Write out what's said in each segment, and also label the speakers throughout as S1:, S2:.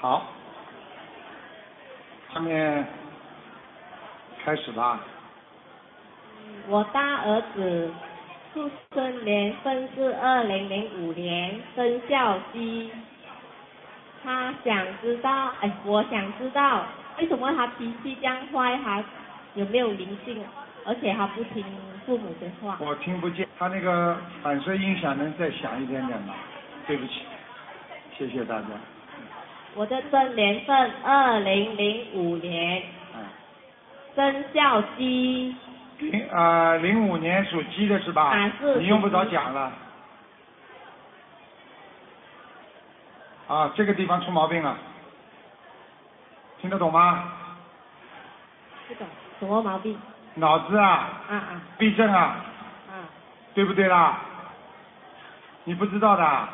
S1: 好，下面开始吧。
S2: 我大儿子出生年份是二零零五年，生肖鸡。他想知道，哎，我想知道为什么他脾气这样坏，还有没有灵性，而且他不听父母的话。
S1: 我听不见，他那个反射音响能再响一点点吗？对不起，谢谢大家。
S2: 我的真年份二零零五年，
S1: 嗯，
S2: 生肖鸡。
S1: 零啊零五年属鸡的是吧？
S2: 啊是
S1: 你用不着讲了。啊，这个地方出毛病了，听得懂吗？
S2: 不懂什么毛病？
S1: 脑子啊，
S2: 啊啊
S1: 避震啊，
S2: 啊！
S1: 对不对啦？你不知道的啊，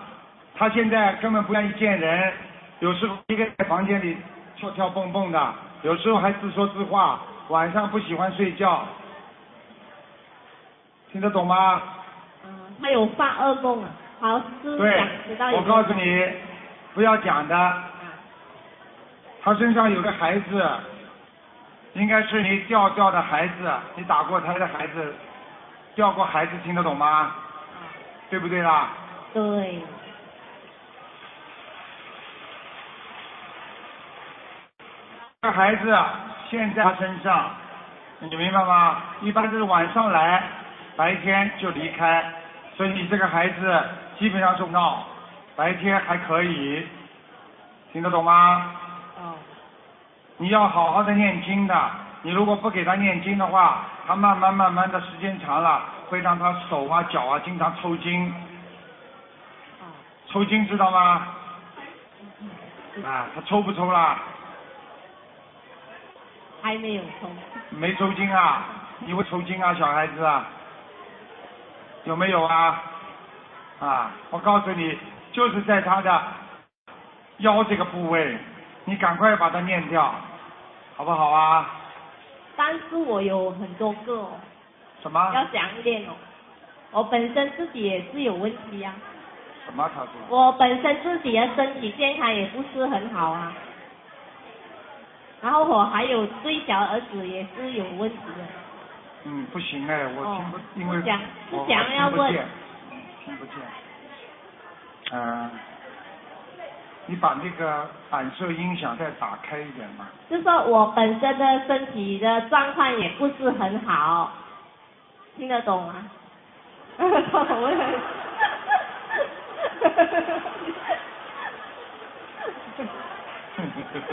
S1: 他现在根本不愿意见人，有时候一个人在房间里跳跳蹦蹦的，有时候还自说自话，晚上不喜欢睡觉，听得懂吗？
S2: 嗯，他有发噩梦啊，好是
S1: 对
S2: 想知嗯道，有
S1: 我
S2: 没有
S1: 告诉你，不要讲的，
S2: 啊，
S1: 他身上有个孩子，应该是你掉掉的孩子，你打过胎的孩子，掉过孩子，听得懂吗？
S2: 啊
S1: 对不对啦？
S2: 对，
S1: 这孩子啊现在他身上，你明白吗？一般是晚上来，白天就离开，所以你这个孩子基本上是闹，白天还可以，听得懂吗？
S2: 哦，
S1: 你要好好的念经的，你如果不给他念经的话，他慢慢慢慢的时间长了，会让他手啊脚啊经常抽筋，
S2: 哦，
S1: 抽筋知道吗？啊，他抽不抽啦？
S2: 还没有通，
S1: 没抽筋啊？你会抽筋啊，小孩子啊？有没有啊？啊，我告诉你，就是在他的腰这个部位，你赶快把它念掉，好不好啊？
S2: 但是我有很多个哦，
S1: 什么？
S2: 要想练哦。我本身自己也是有问题啊，
S1: 什么他说？
S2: 我本身自己的身体健康也不是很好啊。然后我还有最小儿子也是有问题啊的，
S1: 嗯，不行哎，我
S2: 哦
S1: 听不，因为
S2: 不讲
S1: 我
S2: 不讲
S1: 我
S2: 要
S1: 听不
S2: 问
S1: 见，听不见。嗯、你把那个反射音响再打开一点 嘛。
S2: 就说我本身的身体的状况也不是很好，听得懂吗？我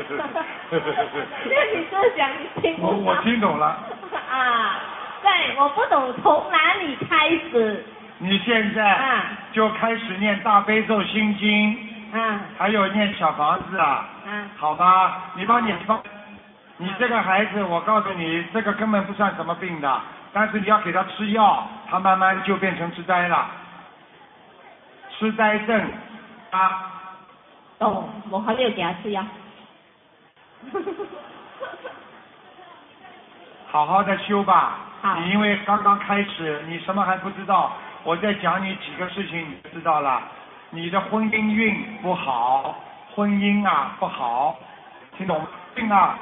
S2: 那你是想你听不
S1: 我
S2: 到
S1: 哦我听懂了，
S2: 啊，对，我不懂从哪里开始
S1: 你现在
S2: 啊
S1: 就开始念大悲咒心经，
S2: 啊
S1: 还有念小房子啊，
S2: 啊！
S1: 好吧？你帮你帮，你这个孩子，我告诉你，这个根本不算什么病的，但是你要给他吃药，他慢慢就变成痴呆了，痴呆症啊。
S2: 懂，我还没有给他吃药。
S1: 好好的修吧。
S2: 好
S1: 你因为刚刚开始，你什么还不知道，我再讲你几个事情你就知道了。你的婚姻运不好，婚姻啊不好，听懂吗？运啊，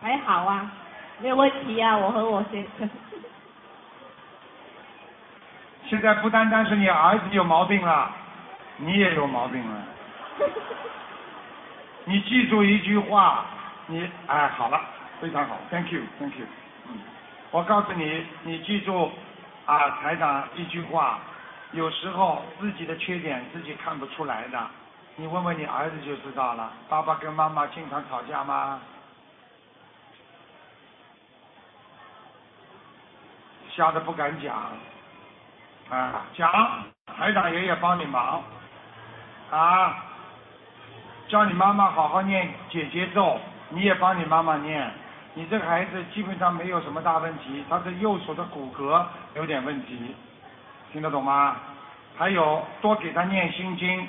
S2: 还好啊，没有问题啊，我和我先 生。
S1: 现在不单单是你儿子有毛病了，你也有毛病了。你记住一句话，你哎好了，非常好，Thank you，Thank you。嗯，我告诉你，你记住啊，台长一句话，有时候自己的缺点自己看不出来的，你问问你儿子就知道了。爸爸跟妈妈经常吵架吗？吓得不敢讲，啊，讲，台长爷爷帮你忙，啊。叫你妈妈好好念姐姐咒，你也帮你妈妈念。你这个孩子基本上没有什么大问题，他的右手的骨骼有点问题，听得懂吗？还有多给他念心经，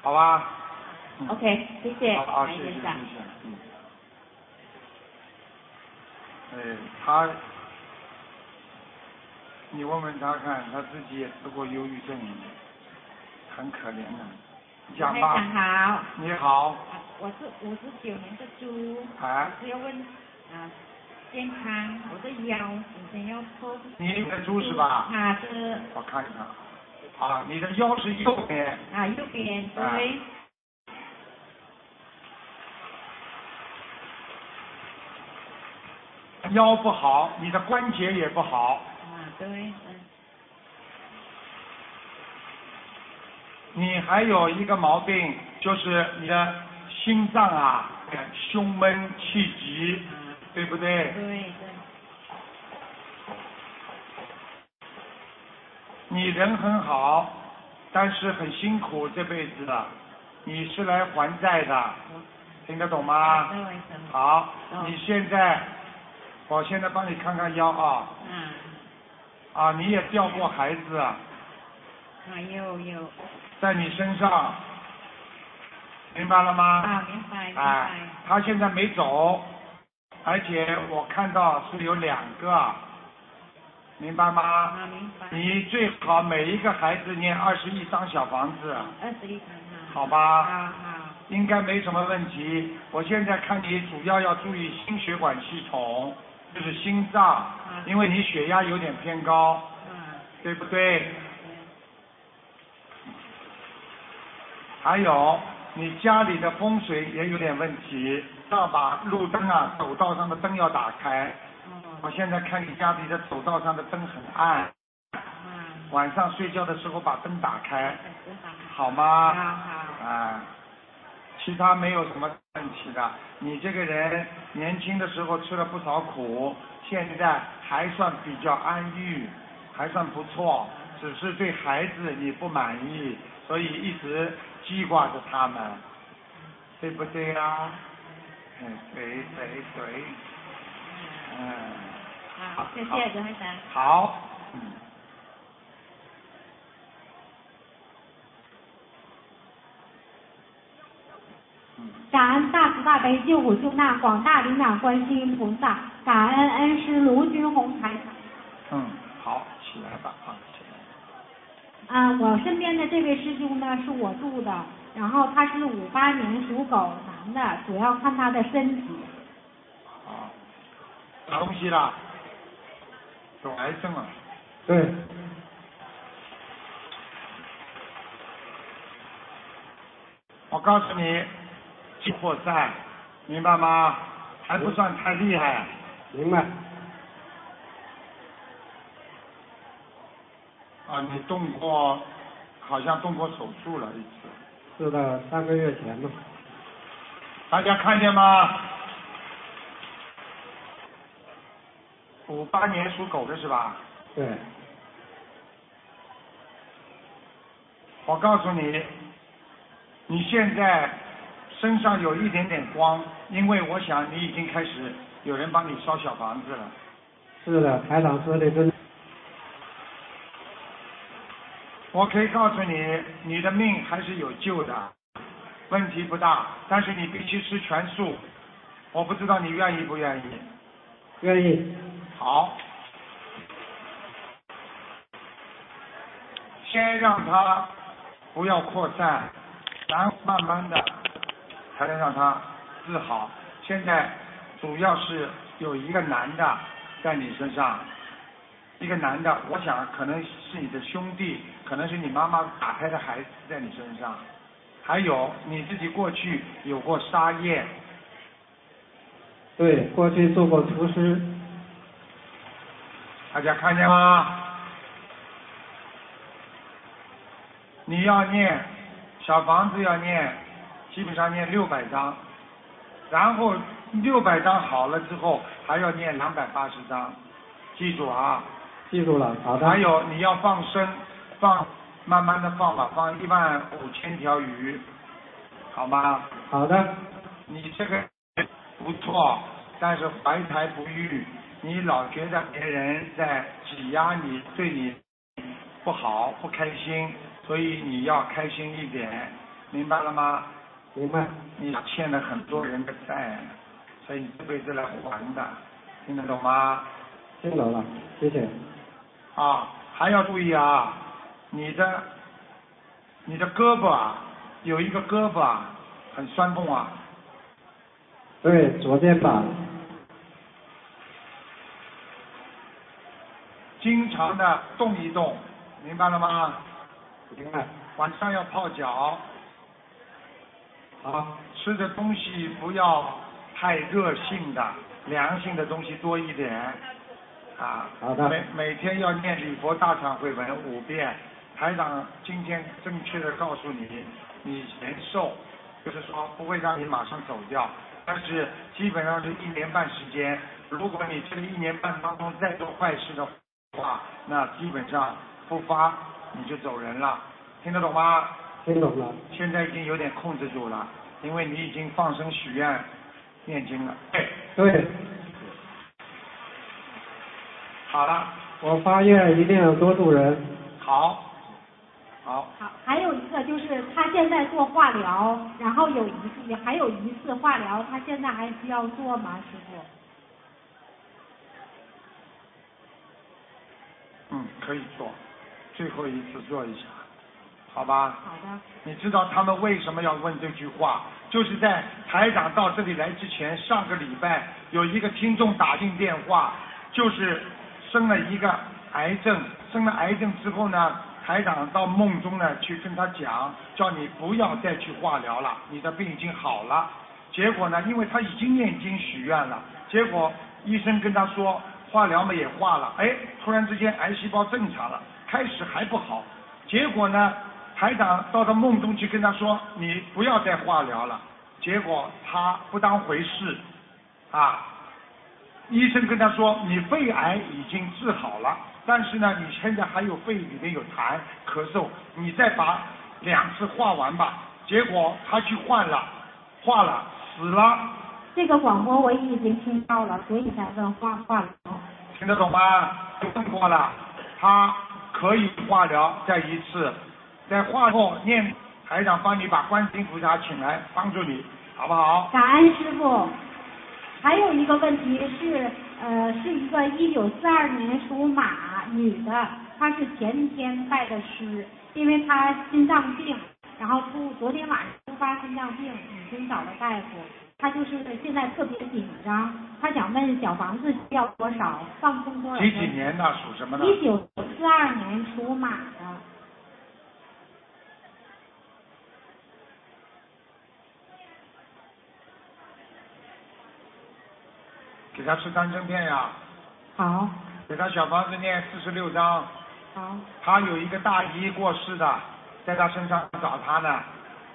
S1: 好吧？嗯
S2: OK，谢谢，
S1: 好好，啊
S2: 白
S1: 谢谢谢谢
S2: 先生。，
S1: 嗯。哎，他，你问问他看，他自己也得过忧郁症，很可怜的。讲
S3: 台
S1: 吧
S3: 长，好，
S1: 你好，
S3: 啊我是五十九年的猪，
S1: 啊，
S3: 我要问啊健康，我的腰首先要剖。
S1: 你那个猪是吧？
S3: 啊是
S1: 我嗯看一看，啊，你的腰是右边，
S3: 啊右边
S1: 啊
S3: 对，
S1: 腰不好，你的关节也不好，
S3: 啊对，嗯
S1: 你还有一个毛病，就是你的心脏啊，胸闷气急，
S3: 啊
S1: 对不对？
S3: 对对
S1: 你人很好，但是很辛苦这辈子，你是来还债的，听得懂吗？
S3: 对对
S1: 好，
S3: 嗯
S1: 你现在，我现在帮你看看腰啊，
S3: 啊
S1: 啊，你也掉过孩子，
S3: 啊有有
S1: 在你身上，明白了吗？
S3: 啊明白明
S1: 啊
S3: 白，
S1: 他现在没走，而且我看到是有两个，啊明白吗？
S3: 啊明白，
S1: 你最好每一个孩子念二十一张小房子，
S3: 二十一层
S1: 好
S3: 啊，
S1: 吧？
S3: 好好
S1: 应该没什么问题。我现在看你主要要注意心血管系统，就是心脏，因为你血压有点偏高，
S3: 啊
S1: 对不对？
S3: 对
S1: 还有你家里的风水也有点问题，要把路灯啊、走道上的灯要打开。我
S3: 哦
S1: 现在看你家里的走道上的灯很暗，
S3: 啊
S1: 晚上睡觉的时候把灯打开，
S3: 知道
S1: 好吗？
S3: 好好
S1: 啊，其他没有什么问题的。你这个人年轻的时候吃了不少苦，现在还算比较安逸，还算不错，只是对孩子你不满意，所以一直记挂着他们，对不对呀、啊？嗯，对对对，嗯，
S3: 好，谢谢卢先生。
S1: 好，嗯。
S2: 感恩大慈大悲救苦救难广大灵感观世音菩萨，感恩恩师卢军红台长。
S1: 嗯，好，起来吧啊，起来。
S2: 啊，我身边的这位师兄呢是我住的，然后他是五八年属狗男的，主要看他的身体。
S1: 啊，啥东西啦？有癌症啊？
S4: 对，
S1: 我告诉你，激活在，明白吗？还不算太厉害，
S4: 明白。
S1: 啊，你动过，好像动过手术了一次，
S4: 是的，三个月前嘛。
S1: 大家看见吗？五八年属狗的是吧？
S4: 对，
S1: 我告诉你，你现在身上有一点点光，因为我想你已经开始有人帮你烧小房子了。
S4: 是的，台长说的真。
S1: 我可以告诉你，你的命还是有救的，问题不大，但是你必须吃全素。我不知道你愿意不愿意。
S4: 愿意。
S1: 好，先让它不要扩散，然后慢慢的才能让它治好。现在主要是有一个男的在你身上，一个男的，我想可能是你的兄弟，可能是你妈妈打胎的孩子在你身上，还有你自己过去有过杀业，
S4: 对，过去做过厨师。
S1: 大家看见吗？你要念小房子要念，基本上念六百张，然后六百张好了之后还要念两百八十张，记住啊。
S4: 记住了，好的。
S1: 还有你要放生，放慢慢的放吧，放一万五千条鱼，好吗？
S4: 好的，
S1: 你这个不错，但是怀才不遇，你老觉得别人在挤压你，对你不好，不开心，所以你要开心一点，明白了吗？
S4: 明白。
S1: 你欠了很多人的债，所以你这辈子来还的，听得懂吗？
S4: 听懂了，谢谢。
S1: 啊，还要注意啊，你的你的胳膊啊，有一个胳膊啊，很酸痛啊，
S4: 对，左肩膀，
S1: 经常的动一动，明白了吗？
S4: 明白。
S1: 晚上要泡脚，
S4: 好，
S1: 吃的东西不要太热性的，凉性的东西多一点。啊，
S4: 好的
S1: 每每天要念礼佛大忏悔文五遍。台长今天正确的告诉你，你延寿，就是说不会让你马上走掉，但是基本上是一年半时间。如果你这个一年半当中再做坏事的话，那基本上不发你就走人了，听得懂吗？
S4: 听懂了。
S1: 现在已经有点控制住了，因为你已经放生许愿、念经了。哎对，
S4: 对，
S1: 好了，
S4: 我发愿一定要多度人。
S1: 好，好，
S2: 好，还有一个就是他现在做化疗，然后有一也还有一次化疗，他现在还需要做吗，师傅？
S1: 嗯，可以做，最后一次做一下，好吧？
S2: 好的，
S1: 你知道他们为什么要问这句话？就是在台长到这里来之前，上个礼拜有一个听众打进电话，就是生了一个癌症，生了癌症之后呢，台长到梦中呢去跟他讲，叫你不要再去化疗了，你的病已经好了。结果呢，因为他已经念经许愿了，结果医生跟他说化疗嘛也化了，哎，突然之间癌细胞正常了，开始还不好，结果呢，台长到他梦中去跟他说，你不要再化疗了。结果他不当回事，啊，医生跟他说你肺癌已经治好了，但是呢，你现在还有肺里面有痰、咳嗽，你再把两次化完吧。结果他去换了，化了，死了，
S2: 这个广播我已经听到了，所以才问化化疗。
S1: 听得懂吗？就问过了，他可以化疗再一次，在化后念台长帮你把观世音菩萨请来帮助你，好不好？
S2: 感恩师傅。还有一个问题是，呃，是一个一九四二年属马女的，她是前天拜的师，因为她心脏病，然后突昨天晚上突发心脏病，已经找了大夫，她就是现在特别紧张，她想问小房子需要多少，放松多少？
S1: 几几？年的属什么的？
S2: 一九四二年属马的，
S1: 给他吃丹参片呀、
S2: 好，
S1: 给他小房子念四十六章。
S2: 好，
S1: 他有一个大姨过世的，在他身上找他呢，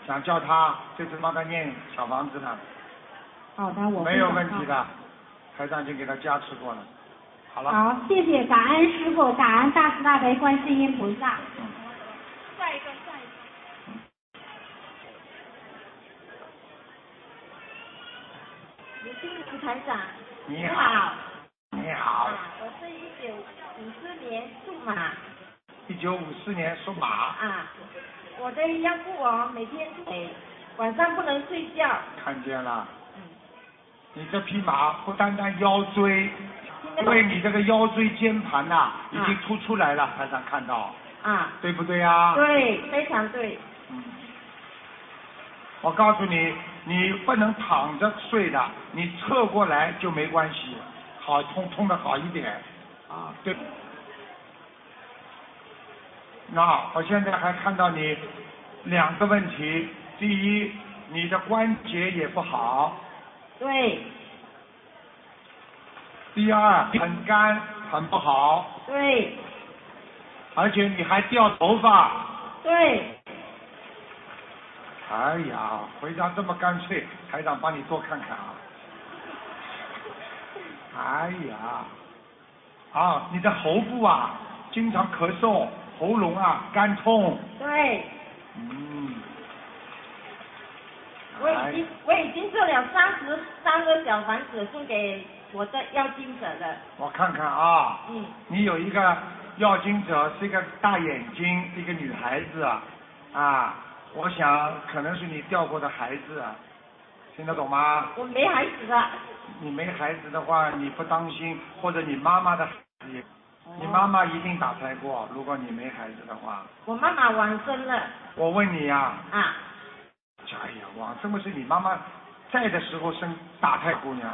S1: 想叫他这次帮他念小房子呢，
S2: 好的，我会
S1: 没有
S2: 转
S1: 问
S2: 告
S1: 题的，台长已经给他加持过了。好
S5: 啊
S1: 了，
S2: 好，谢谢，感恩师傅，感恩大慈大悲观世音菩萨。
S6: 卢台长，
S1: 你
S6: 你
S1: 好，
S6: 好，
S1: 你好，
S6: 我是一九五四年属马
S1: 一九五四年属马，
S6: 啊，我的腰部哦，每天哎晚上不能睡觉，
S1: 看见了
S6: 嗯。
S1: 你这匹马不单单腰椎，
S6: 听得
S1: 因
S6: 懂
S1: 为你这个腰椎间盘呐、已经
S6: 啊
S1: 凸出来了，台长看到，
S6: 啊，
S1: 对不对啊？
S6: 对，非常对，
S1: 嗯，我告诉你，你不能躺着睡的，你侧过来就没关系，好痛痛的好一点。啊，对。那我现在还看到你两个问题，第一，你的关节也不好；
S6: 对
S1: 第二，很干，很不好，
S6: 对
S1: 而且你还掉头发。
S6: 对，
S1: 哎呀，回答这么干脆，台长帮你多看看啊。哎呀，啊，你的喉部啊，经常咳嗽，喉咙啊干痛，
S6: 对，
S1: 嗯。哎
S6: 我已经我已经做了三十三个小房子送给我的要经者了，
S1: 我看看啊，
S6: 嗯，
S1: 你有一个要经者是一个大眼睛，一个女孩子啊，啊，我想可能是你掉过的孩子，啊听得懂吗？
S6: 我没孩子了，
S1: 你没孩子的话，你不当心，或者你妈妈的孩子也你妈妈一定打胎过，如果你没孩子的话。
S3: 我妈妈往生了
S1: 我问你呀、
S3: 啊，
S1: 哎呀，往生不是你妈妈在的时候生打胎姑娘，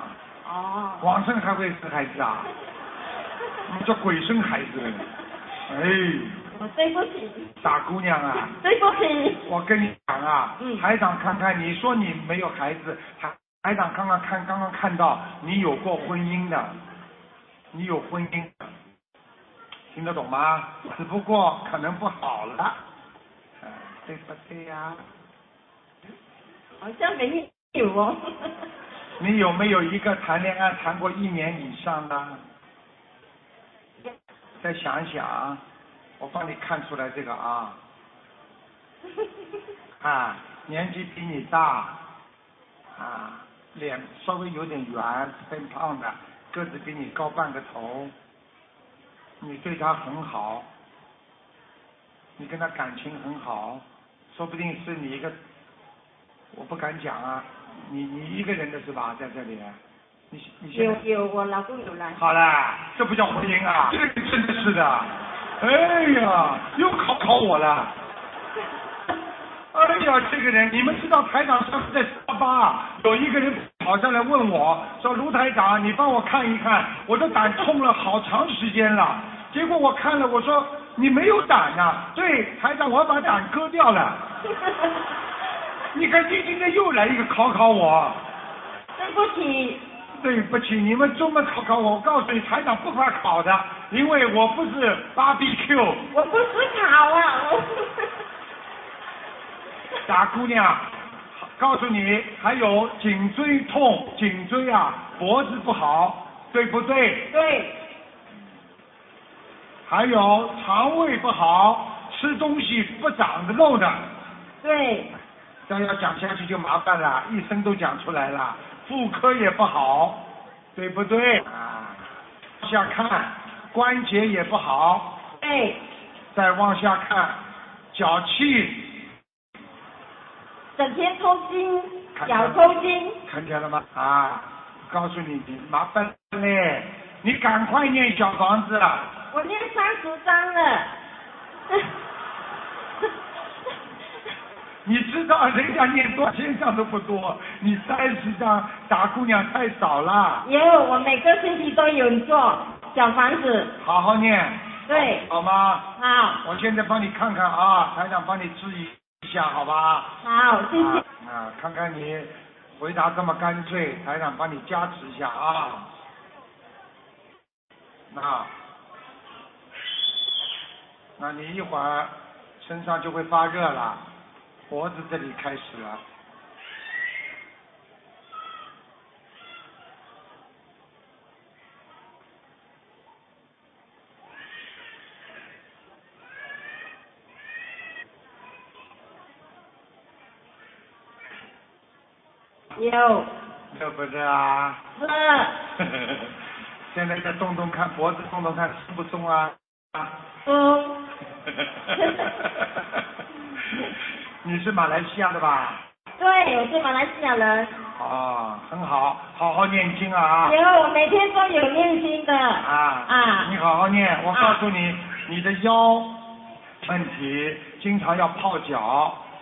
S3: 哦，
S1: 往生还会生孩子啊？你叫鬼生孩子了你？哎，
S6: 我对不起，
S1: 傻姑娘啊！
S6: 对不起，
S1: 我跟你讲啊，
S6: 嗯
S1: 台长看看，你说你没有孩子，台台长刚刚看刚刚看到你有过婚姻的，你有婚姻的，听得懂吗？只不过可能不好了，嗯，对不对呀、
S6: 好像没有 哦。
S1: 你有没有一个谈恋爱谈过一年以上的？再想一想，我帮你看出来这个啊，啊，年纪比你大，啊，脸稍微有点圆，偏胖的，个子比你高半个头，你对他很好，你跟他感情很好，说不定是你一个，我不敢讲啊，你你一个人的是吧，在这里，你你现在
S3: 有有，我老公有来，
S1: 好了，这不叫婚姻啊，这个真的是的，哎呀，又考考我了。哎呀，这个人，你们知道台长上次在沙巴有一个人跑上来问我说：“卢台长，你帮我看一看，我的胆痛了好长时间了。”结果我看了，我说：“你没有胆呐、对，台长，我把胆割掉了。你看，你今天又来一个考考我。
S6: 对不起，
S1: 对不起，你们专门考考我，我告诉你，台长不法考的，因为我不是 BBQ。
S6: 我不思考啊， 我。
S1: 傻姑娘，告诉你，还有颈椎痛，颈椎啊，脖子不好，对不对？
S3: 对，
S1: 还有肠胃不好，吃东西不长得肉的，
S3: 对，
S1: 这样要讲下去就麻烦了，医生都讲出来了，妇科也不好，对不对？啊，往下看，关节也不好，
S3: 对，
S1: 再往下看，脚气
S3: 整天抽筋，
S1: 看见
S3: 脚
S1: 了
S3: 抽筋，
S1: 看见了吗？啊，告诉你，你麻烦嘞，你赶快念小房子啊了。
S3: 我念三十张了，
S1: 你知道人家念多千张都不多，你三十张傻姑娘太少了，
S3: 有我每个星期都有做小房子，
S1: 好好念，
S3: 对，
S1: 好吗？
S3: 好，
S1: 我现在帮你看看啊，台长帮你质疑一下，好吧？
S3: 好，谢
S1: 啊
S3: 谢，
S1: 啊，看看你回答这么干脆，台长帮你加持一下啊。那，那你一会儿身上就会发热了，脖子这里开始了。
S3: 有，
S1: 这不是啊？
S3: 是，
S1: 现在再动动看脖子，动动看松不松啊？ 啊
S3: 嗯，
S1: 你是马来西亚的吧？
S3: 对，我是马来西亚人，
S1: 哦，很好，好好念经啊
S3: 有我每天都有念经的，
S1: 啊！
S3: 啊
S1: 你好好念，我
S3: 啊
S1: 告诉你，你的腰问题经常要泡脚，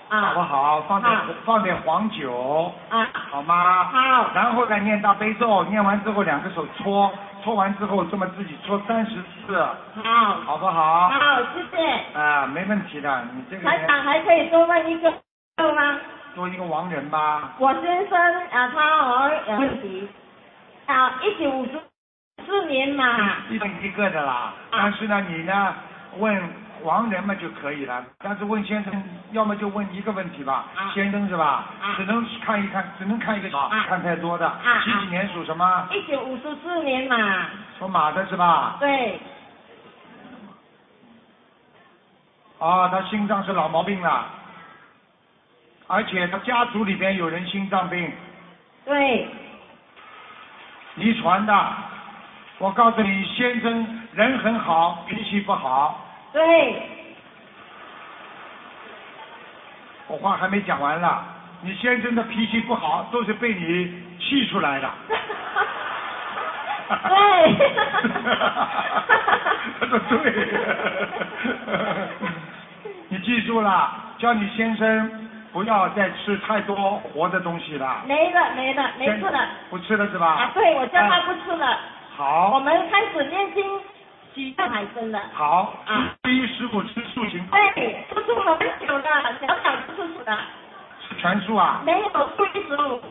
S1: 好不
S3: 啊
S1: 好？放点、
S3: 啊
S1: 放点黄酒，
S3: 啊，
S1: 好吗？
S3: 好，
S1: 然后再念大悲咒，念完之后两个手搓，搓完之后这么自己搓三十次，
S3: 好，
S1: 好不好？
S3: 好，谢谢，
S1: 啊，没问题的，你这个
S3: 台
S1: 人
S3: 长还可以多问一个吗？
S1: 做一个亡人吧。
S3: 我先生啊，他儿有问题，
S1: 嗯
S3: 啊，一九五十四年嘛，
S1: 一人一个的
S3: 啊
S1: 啦。但是呢，你呢问亡人们就可以了，但是问先生，要么就问一个问题吧，
S3: 啊
S1: 先生是吧？
S3: 啊
S1: 只能看一看，只能看一个，
S3: 啊
S1: 看太多的。
S3: 啊
S1: 几几年属什么？
S3: 一九五十四年嘛，
S1: 属马的是吧？
S3: 对，
S1: 啊，他心脏是老毛病了，而且他家族里边有人心脏病，
S3: 对，
S1: 遗传的。我告诉你，先生人很好，脾气不好。
S3: 对，
S1: 我话还没讲完了，你先生的脾气不好，都是被你气出 来的。
S3: 对，
S1: 住了，叫你先生不要再吃太多活的东西了。
S3: 没了没了没吃了。
S1: 不吃了是
S3: 啊
S1: 吧？，
S3: 对，我叫
S1: 嗯
S3: 他不吃了。我
S1: 好，
S3: 们开始念经，许愿海参了。
S1: 好
S3: 啊，
S1: 初一十五吃素行，
S3: 对，不吃了很久了，小小就吃素了，
S1: 吃全素啊，
S3: 没有初一十五。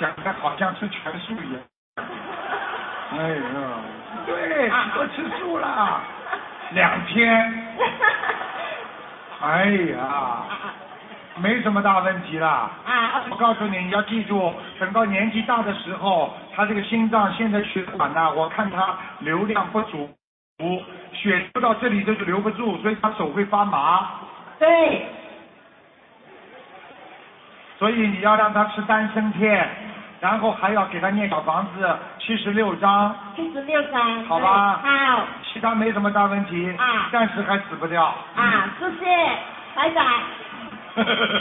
S1: 讲的好像吃全素一样。 哎呦，对
S3: 啊，
S1: 嗯哎我吃 素了， 两天，哎呀，没什么大问题啦。
S3: 啊
S1: 我告诉你，你要记住，等到年纪大的时候，他这个心脏现在血管呐、我看他流量不足，血流到这里就是留不住，所以他手会发麻。
S3: 对，
S1: 所以你要让他吃丹参片，然后还要给他念小房子七十六章，
S3: 七十六张。
S1: 好吧
S3: 对好
S1: 其他没什么大问题，
S3: 啊
S1: 暂时还死不 掉。
S3: 啊，谢谢，拜拜。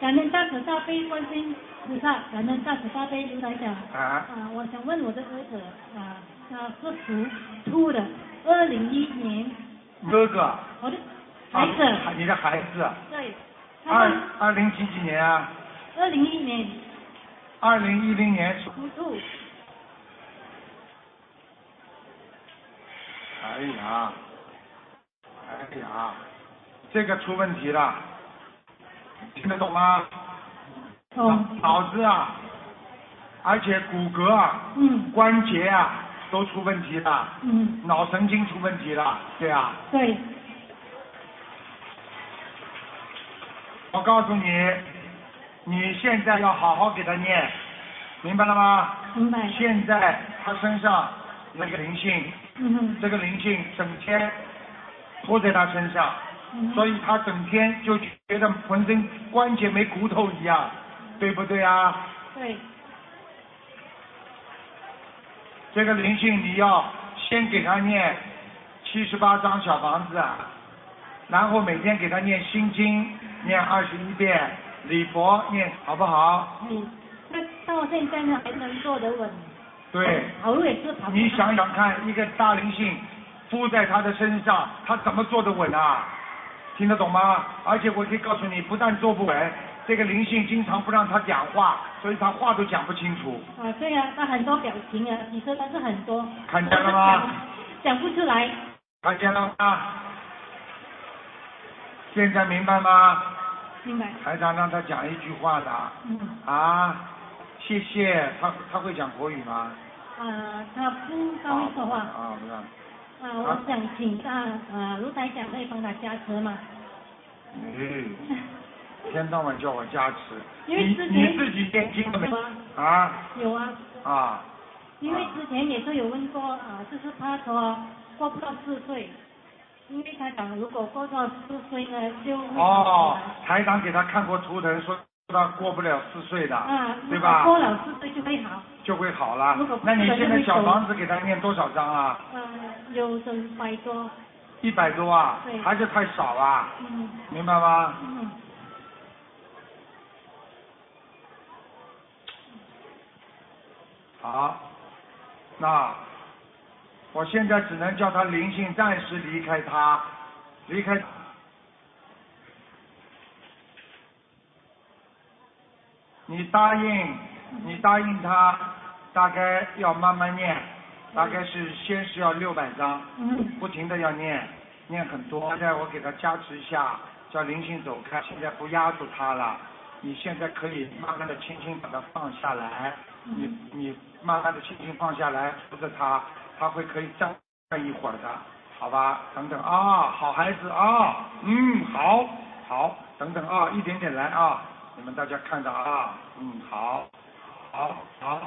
S2: 感恩大慈大悲观世音菩萨，感恩大慈大悲卢台长。
S1: 啊，
S2: 啊，我想问我的儿子啊，他是属兔的，二零一年，
S1: 哥哥，
S2: 我的孩
S1: 啊
S2: 子，
S1: 你的孩子，
S2: 对，他
S1: 二
S2: 是
S1: 二零几几年啊？
S2: 二零一年
S1: 二零一零年属，
S2: 属兔，
S1: 哎呀，哎呀，这个出问题了，听得懂吗？
S2: 哦，
S1: 脑子啊，而且骨骼啊，
S2: 嗯
S1: 关节啊都出问题了，
S2: 嗯，
S1: 脑神经出问题了，对啊。
S2: 对，
S1: 我告诉你，你现在要好好给他念，明白了吗？
S2: 明白，
S1: 现在他身上有一个灵性，
S2: 嗯哼
S1: 这个灵性整天扑在他身上，
S2: 嗯
S1: 所以他整天就觉得浑身关节没骨头一样，对不对啊？
S2: 对，
S1: 这个灵性你要先给他念七十八张小房子啊，然后每天给他念心经，念二十一遍，礼佛念好不好？
S2: 嗯，那到现在呢还能坐得稳，
S1: 对，
S2: 头也是旁
S1: 你想想看，一个大灵性附在他的身上，他怎么坐得稳啊？听得懂吗？而且我可以告诉你，不但坐不稳，这个灵性经常不让他讲话，所以他话都讲不清楚，
S2: 啊，对啊，他很多表情啊，其实他是很多，
S1: 看见了吗？
S2: 讲不出来，
S1: 看见了吗？现在明白吗？
S2: 明白，
S1: 台长让他讲一句话的
S2: 嗯。
S1: 啊，谢谢他，他会讲国语吗？
S2: 啊，他不高兴说话啊，
S1: 啊，不知道。
S2: 我想请大啊卢台长可以帮他加持嘛？
S1: 嗯，一天到晚叫我加持，
S2: 因为
S1: 你
S2: 之前
S1: 你自己念经了没
S2: 有？啊，
S1: 啊
S2: 有啊，
S1: 啊，
S2: 因为之前也是有问过啊，就是他说过不到四岁，因为他讲如果过到四岁呢就会
S1: 哦，台长给他看过图腾，说他过不了四岁的，
S2: 啊，
S1: 对
S2: 如
S1: 吧
S2: 果？过了四岁就会好。
S1: 就会好了
S2: 如果。不
S1: 那你
S2: 是
S1: 现
S2: 就
S1: 在
S2: 会
S1: 小
S2: 走
S1: 房子给他念多少张啊？
S2: 啊，有整百多，
S1: 一百多啊
S2: 对，
S1: 还是太少啊，
S2: 嗯
S1: 明白吗？
S2: 嗯，
S1: 好，那我现在只能叫他灵性暂时离开他，离开。你答应，你答应他，大概要慢慢念，大概是先是要六百张，
S2: 嗯
S1: 不停的要念，念很多。现在我给他加持一下，叫灵性走开，现在不压住他了。你现在可以慢慢的、轻轻把它放下来，你
S2: 嗯
S1: 你慢慢的、轻轻放下来，扶着他，他会可以站一会儿的，好吧？等等啊，好孩子啊，嗯，好，好，等等啊，一点点来啊，你们大家看着啊，嗯，好，好，好，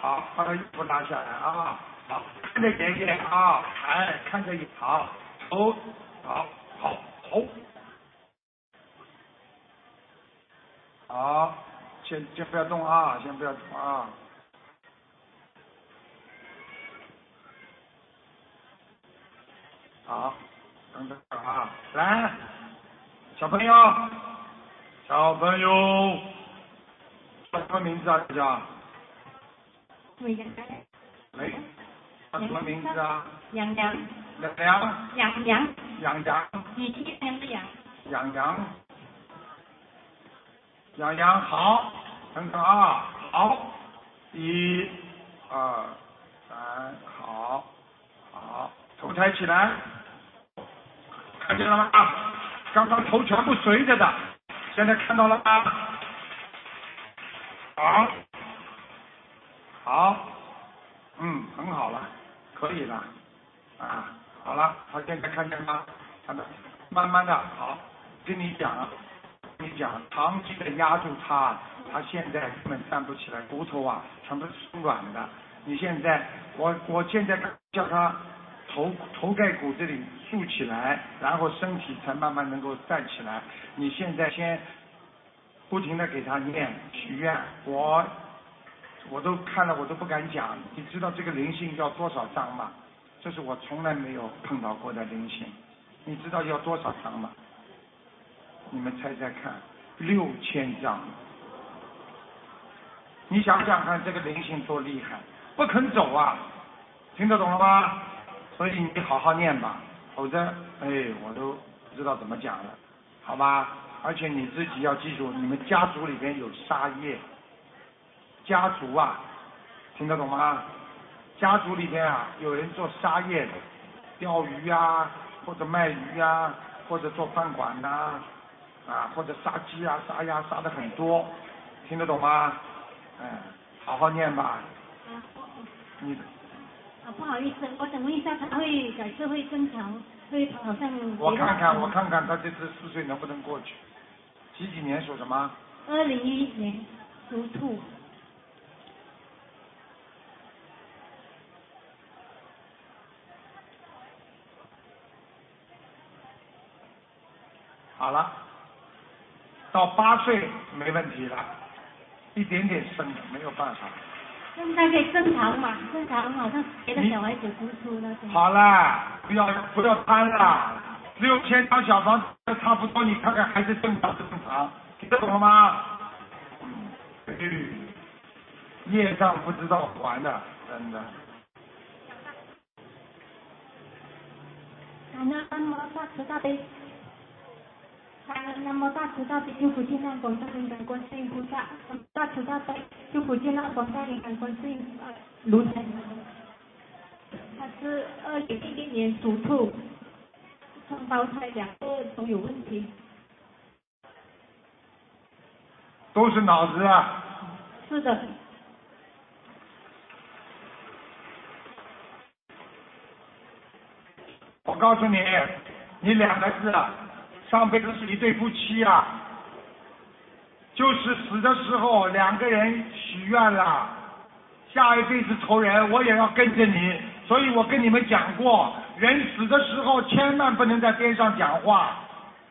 S1: 好，把他衣服拿下来啊，好，看着爷爷啊，哎，看着你好，头，好，好，头。好，先先不要动啊，先不要动啊。好，等等啊，来，小朋友，小朋友，叫什么名字啊？这叫
S2: 我也
S1: 喂，叫什么名字啊？
S3: 杨洋，
S1: 两两
S3: 杨洋，
S1: 养羊，
S3: 你听见没有？
S1: 养羊，养羊好，等等啊，好，一、二、三，好，好，头抬起来，看见了吗？啊刚刚头全部随着的，现在看到了吗？好，好，嗯，很好了，可以了，啊，好了，他现在看见吗？看到，慢慢的，好，跟你讲，跟你讲，长期的压住他，他现在根本站不起来，骨头啊，全部是松软的。你现在，我我现在叫他头头盖骨这里竖起来，然后身体才慢慢能够站起来。你现在先不停的给他念许愿，我我都看了，我都不敢讲。你知道这个灵性要多少张吗？这是我从来没有碰到过的灵性。你知道要多少张吗？你们猜猜看，六千张。你想想看，这个灵性多厉害，不肯走啊！听得懂了吗？所以你好好念吧，否则，哎，我都不知道怎么讲了，好吧？而且你自己要记住，你们家族里边有杀业，家族啊，听得懂吗？家族里边啊，有人做杀业的，钓鱼啊，或者卖鱼啊，或者做饭馆呐、啊，或者杀鸡啊、杀鸭杀的很多，听得懂吗？嗯，好好念吧，
S2: 啊，
S1: 你
S2: 啊不好意思，我想问一下，他会改次会正常，会跑上？
S1: 我看看，我。看看他这次四岁能不能过去。几几年属什么？
S2: 二零一一年属兔，
S1: 好了，到八岁没问题了，一点点生的没有办法。
S2: 现在可以正常嘛？正常好像别的小孩子读书那种。
S1: 好了，不要不要贪了，六千张小房子差不多，你看看还是正常不正常，听得懂了吗？嗯，业障不知道还的，真的。
S2: 感恩南无大慈大悲，感恩南无大慈大悲救苦救难广大灵感观世音菩萨，大慈大悲救苦救难广大灵感观世音菩萨卢台。
S6: 他是二零一零年属兔，双胞胎两个都有问题。
S1: 都是脑子啊！
S6: 是的，
S1: 我告诉你，你两个字，啊，上辈子是一对夫妻啊，就是死的时候两个人许愿了，下一辈子仇人我也要跟着你，所以我跟你们讲过，人死的时候千万不能在边上讲话，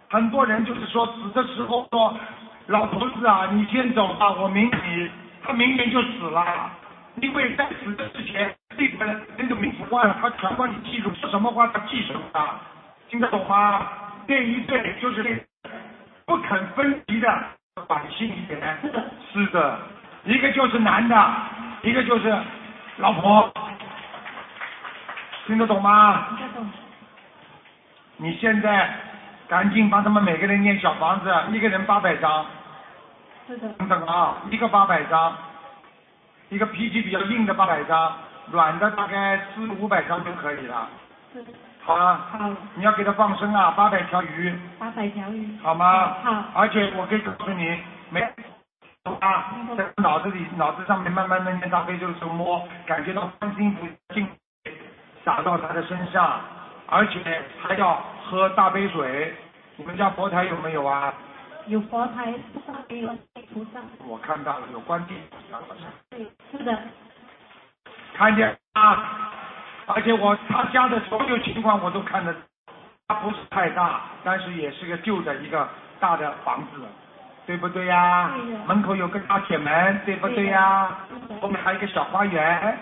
S1: 很多人就是说死的时候说，老头子啊，你先走吧，我明你，他明年就死了。因为在死之前，那个人那个名字忘了，他全帮你记住，说什么话他记什么啊，听得懂吗？这一对就是这不肯分离的短信一点，是的，一个就是男的，一个就是老婆，听得懂吗？
S2: 这种
S1: 你现在赶紧帮他们每个人念小房子，一个人八百张，
S2: 是的，
S1: 等等啊，一个八百张，一个脾气比较硬的八百张，软的大概四五百张就可以了，
S2: 是的，
S1: 好啊，
S2: 好，
S1: 你要给他放生啊，八百条鱼，
S2: 八百条鱼。
S1: 好吗？
S2: 好
S1: 而且我可以告诉你，没啊，在脑子里、脑子上面慢慢的念大悲咒的时候摸，感觉到观世音菩萨进洒到他的身上，而且还要喝大杯水。你们家佛台有没有啊？
S2: 有佛台菩萨，也有菩萨，
S1: 我看到了，有观地菩萨好像
S2: 对，是的，
S1: 看见啊，而且我他家的所有情况我都看得，他不是太大，但是也是个旧的一个大的房子，对不对呀、
S2: 对的
S1: 门口有个大铁门，对不对呀、后面还有一个小花园，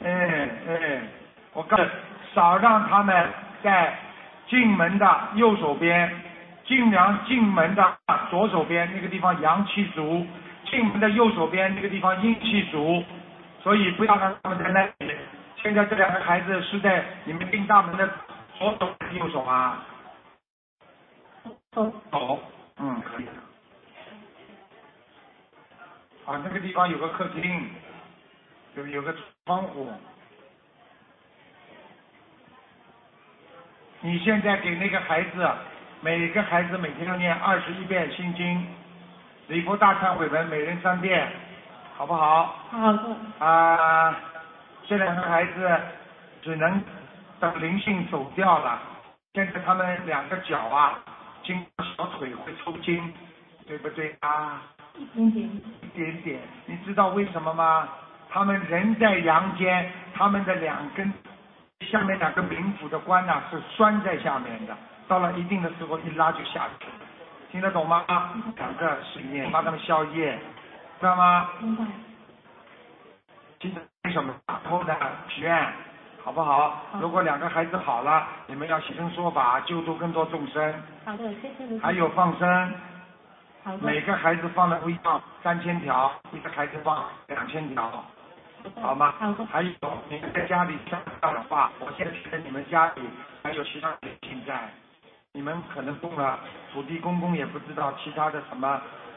S1: 嗯嗯，我告诉你少让他们在进门的右手边，尽量进门的左手边那个地方阳气足，进门的右手边那个地方阴气足，所以不要让他们在那里现在这两个孩子是在你们进大门的左手还是右手啊？
S2: 手
S1: 手，嗯，可以的。啊，那个地方有个客厅，有有个窗户。你现在给那个孩子，啊每个孩子每天要念二十一遍心经，礼佛大忏悔文每人三遍，好不好？
S2: 好的，
S1: 啊，这两个孩子只能等灵性走掉了。现在他们两个脚啊，经常小腿会抽筋，对不对啊？
S2: 一点点。
S1: 一点点，你知道为什么吗？他们人在阳间，他们的两根下面两个冥府的关呐、是拴在下面的，到了一定的时候一拉就下去了，听得懂吗？两个是念帮他们消业，知道吗？
S2: 明白。
S1: 今天为什么打通的许愿，好不好？如果两个孩子好了，你们要起身说法，救度更多众生，
S2: 好的，谢谢卢
S1: 还有放生，
S2: 嗯好的，
S1: 每个孩子放的不一样，三千条，一个孩子放两千条，好吗
S2: 嗯好的？
S1: 还有你们在家里听到的话，我现在觉得你们家里还有其他的亲在，你们可能供了土地公公也不知道，其他的什么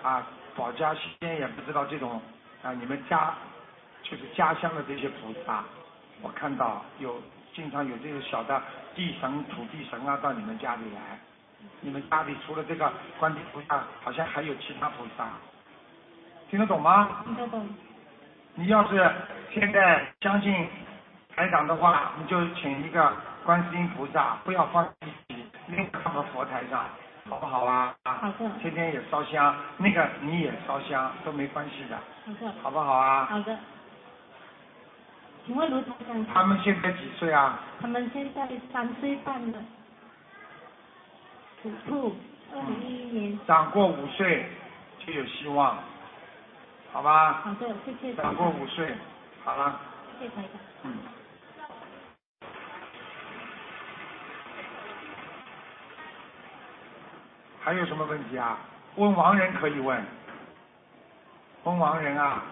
S1: 啊保家仙也不知道这种啊，你们家就是家乡的这些菩萨，我看到有经常有这些小的地神、土地神啊到你们家里来。你们家里除了这个观世菩萨，好像还有其他菩萨，听得懂吗？
S2: 听得懂。
S1: 你要是现在相信台长的话，你就请一个观世音菩萨，不要放一起另放到佛台上，好不好啊？
S2: 好的
S1: 天天也烧香，那个你也烧香都没关系的，
S2: 好的，
S1: 好不好啊？
S2: 好的。请问卢台
S1: 他
S2: 长，
S1: 们现在几岁啊？
S2: 他们现在三岁半了，属兔，二零一一年。
S1: 长过五岁就有希望，好吧？
S2: 好的，谢谢台
S1: 长过
S2: 长，
S1: 五岁，好了。
S2: 谢谢台长。
S1: 嗯。还有什么问题啊？问亡人可以问，问亡人啊，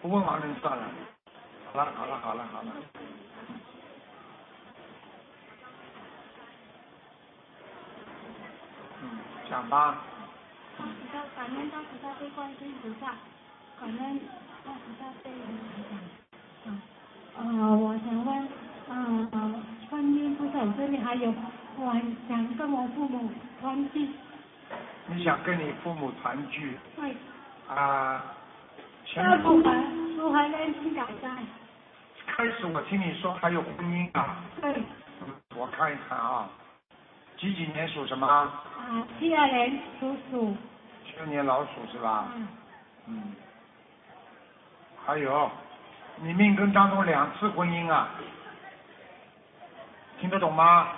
S1: 不问亡人算了。好了，好了，好了，好了。嗯，讲吧。
S2: 大慈大感恩大慈大悲观世音菩萨，感恩大慈大悲观世音菩萨。嗯，呃，我想问，嗯、呃，观世音菩萨我这里还有，我想跟我父母团聚，
S1: 你想跟你父母团聚
S2: 对，
S1: 啊？前
S2: 要如何如何认识改善？
S1: 开始我听你说还有婚姻啊。
S2: 对，
S1: 嗯我看一看啊，几几年属什么？
S2: 啊，第二年属鼠，
S1: 七六年老鼠是吧？
S2: 啊，
S1: 嗯。还有，你命根当中两次婚姻啊，听得懂吗？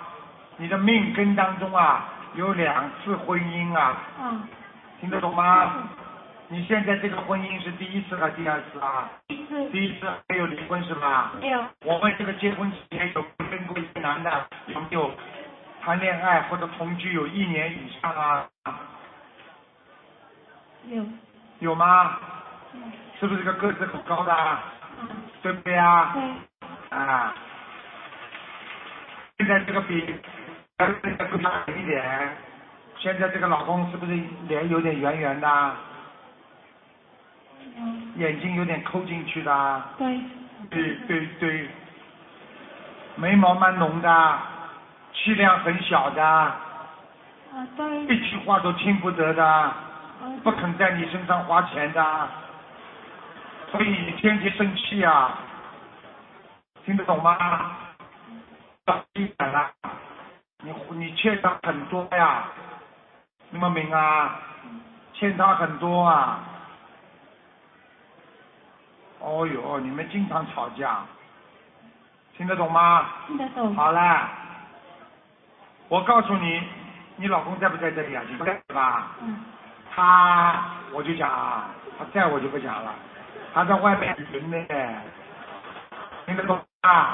S1: 你的命根当中啊有两次婚姻啊，
S2: 啊，
S1: 听得懂吗？你现在这个婚姻是第一次还是第二次啊？
S2: 是
S1: 第一次还有离婚是吧？
S2: 没有，
S1: 我问这个结婚之前有没有跟过一个男的有没有谈恋爱或者同居有一年以上啊？
S2: 有，
S1: 有吗？是不是个个子很高的啊？
S2: 啊，
S1: 对不对啊？
S2: 对，
S1: 啊，现在这个比呃这个更大一点，现在这个老公是不是脸有点圆圆的啊，
S2: 有，
S1: 眼睛有点抠进去的啊？
S2: 对，
S1: 对对对，眉毛蛮浓的，啊气量很小的，
S2: 啊，对，
S1: 一句话都听不得的，
S2: 啊，
S1: 不肯在你身上花钱的，所以你天天生气啊，听得懂吗？到一点了，你你欠他很多呀，明不明啊？欠他很多啊。哦哟，你们经常吵架，听得懂吗？
S2: 啊听得懂，
S1: 好了，我告诉你，你老公在不在这里啊？你不在吧？
S2: 嗯。
S1: 他，我就讲啊，他在我就不讲了，他在外面人呢，听得懂吗？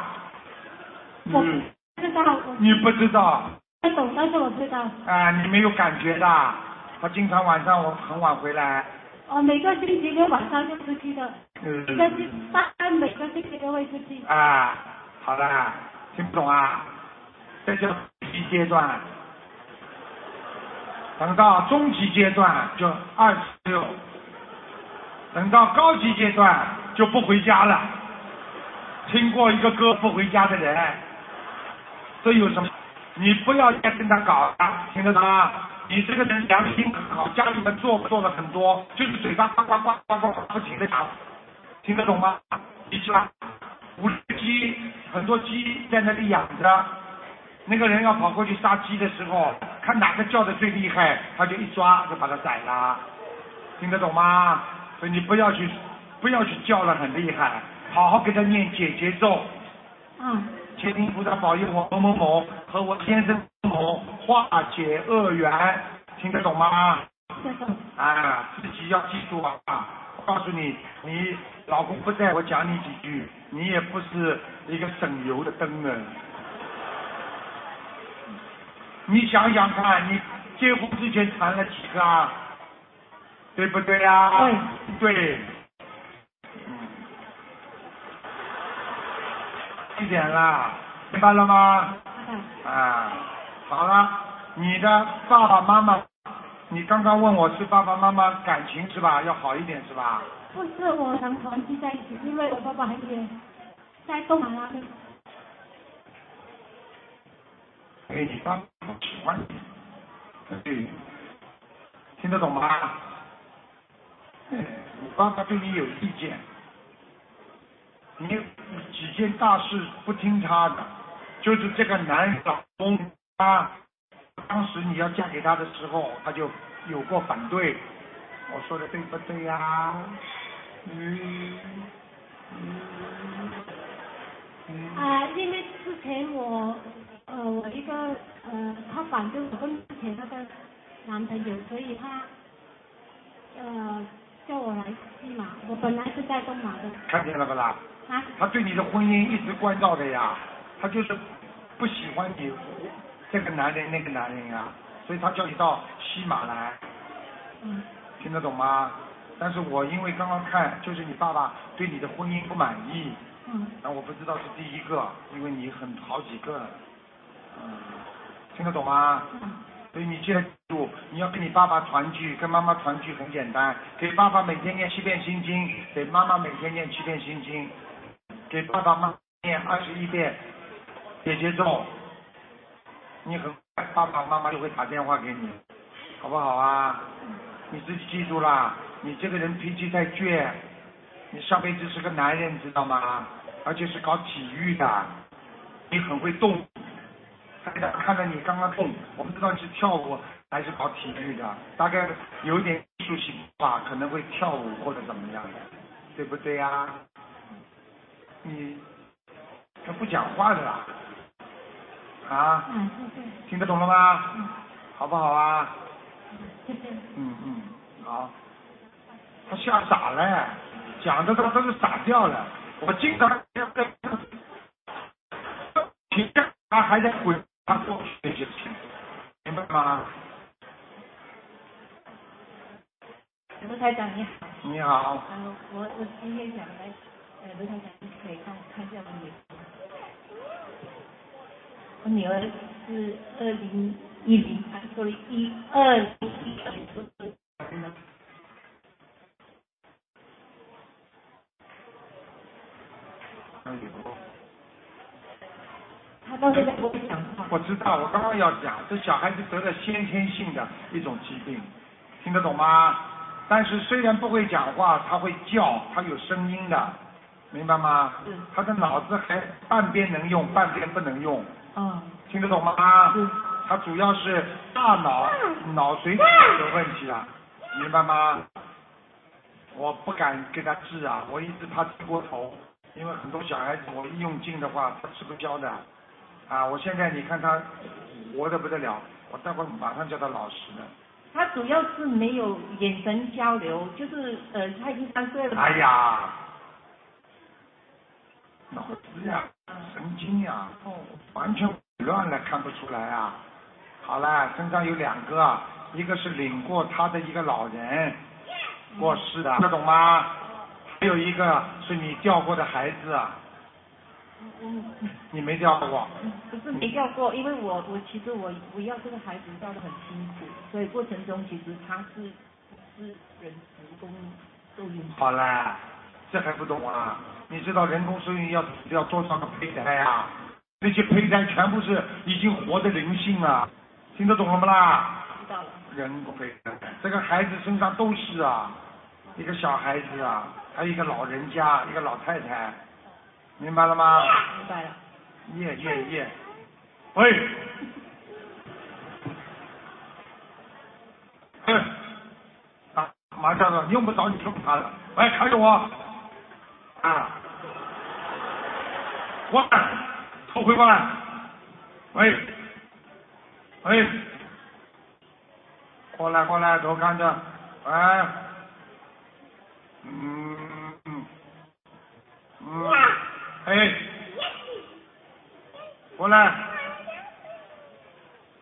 S2: 我
S1: 嗯，
S2: 知道，我
S1: 啊你不知道
S2: 不懂，但是我知道。
S1: 啊、你没有感觉的。他经常晚上我很晚回来，
S2: 我每个星期六晚上就出去的，
S1: 嗯
S2: 但是大概每个星期都会出去。
S1: 啊、好啦，听不懂啊？这叫一阶段。啊等到中级阶段啊就二十六，等到高级阶段啊就不回家了。听过一个歌不回家的人，这有什么？你不要再跟他搞了，听得懂吗？你这个人良心很好，家里面做做了很多，就是嘴巴呱呱呱呱呱呱不停的讲，听得懂吗？你知道，五只鸡，很多鸡在那里养着，那个人要跑过去杀鸡的时候，看哪个叫的最厉害，他就一抓就把它宰了，听得懂吗？所以你不要去，不要去叫了，很厉害，好好给他念解结咒。
S2: 嗯，
S1: 请您菩萨保佑我某某某和我先生某某化解恶缘，听得懂吗？
S2: 谢谢。
S1: 啊，自己要记住啊！我告诉你，你老公不在，我讲你几句，你也不是一个省油的灯啊。你想想看，你结婚之前谈了几个啊？对不对呀、啊？对。对。嗯一点啦，明白了吗？啊，好了，你的爸爸妈妈，你刚刚问我是爸爸妈妈感情是吧？要好一点是吧？
S2: 不是我常长期在一起，因为我爸爸很远，在东马那边。
S1: 哎，你爸爸喜欢你，对，听得懂吗？哎，你爸爸对你有意见，你几件大事不听他的，就是这个男人老公他，当时你要嫁给他的时候，他就有过反对，我说的对不对呀、嗯，
S2: 啊、因为之前我，呃，我一个呃，他反对我跟之前那个男朋友，所以他，呃，叫我来西马。我本来是在东马的，
S1: 看见了不啦？
S2: 啊，
S1: 他对你的婚姻一直关照的呀，他就是不喜欢你这个男人那个男人呀，所以他叫你到西马来，
S2: 嗯，
S1: 听得懂吗？但是我因为刚刚看，就是你爸爸对你的婚姻不满意，
S2: 嗯，
S1: 那我不知道是第一个，因为你很好几个，嗯，听得懂吗？所以你记得住，你要跟你爸爸团聚，跟妈妈团聚很简单，给爸爸每天念七遍心经，给妈妈每天念七遍心经，给爸爸妈妈念二十一遍姐姐咒，你很快爸爸妈妈就会打电话给你，好不好啊？你自己记住啦，你这个人脾气太倔，你上辈子是个男人，知道吗？而且是搞体育的，你很会动。台长看到你刚刚动，我不知道你是跳舞还是搞体育的，大概有一点艺术性吧，可能会跳舞或者怎么样的，对不对呀、你他不讲话的啦，啊，
S2: 啊，谢谢，
S1: 听得懂了吗？好不好啊？
S2: 嗯谢谢。
S1: 嗯，嗯，好。他吓傻了，讲的他都是傻掉了。我经常要跟停下，他还在回他过去那些事情，明白吗？
S3: 卢台长你好，
S1: 你好，
S3: 呃，我我今天想来，呃，卢台长你可以帮我看一下我女儿，我女儿是二零一零，啊，sorry，一二零一二年出生的，
S1: 哎呦
S3: 她到现在不会讲话，
S1: 我知道，我刚刚要讲，这小孩子得了先天性的一种疾病，听得懂吗？但是虽然不会讲话，他会叫，他有声音的，明白吗？
S3: 嗯
S1: 他的脑子还半边能用，半边不能用，
S3: 哦，
S1: 听得懂吗？
S3: 嗯
S1: 他主要是大脑脑髓有问题了，明白吗？我不敢给他治啊，我一直怕治过头，因为很多小孩子我一用劲的话，他吃不消的。啊，我现在你看他活得不得了，我待会儿马上叫他老实的。
S3: 她主要是没有眼神交流，就是呃，她已经三岁了，
S1: 哎呀，脑子呀，神经呀，
S3: 哦，
S1: 完全乱了，看不出来啊。好了，身上有两个，一个是领过他的一个老人过世的，听得懂吗？还有一个是你掉过的孩子，
S3: 我
S1: 啊你没掉过，
S3: 不是没要过，因为我我其实我我要这个孩子要的很辛苦，所以过程中其实他是是人人工受孕，
S1: 好啦，这还不懂啊？你知道人工受孕要要多少个胚胎啊？那些胚胎全部是已经活的灵性啊，听得懂了吗啦？
S3: 知道了。
S1: 人不会的，这个孩子身上都是啊，一个小孩子啊，还有一个老人家，一个老太太，明白了吗？
S3: 明白了。
S1: 耶耶耶！喂，哎，啊，马上了，用不着你说他了。喂，还有我，啊，喂，头回过来，喂，喂，过来过来，头看着，哎，嗯嗯嗯，哎，过来，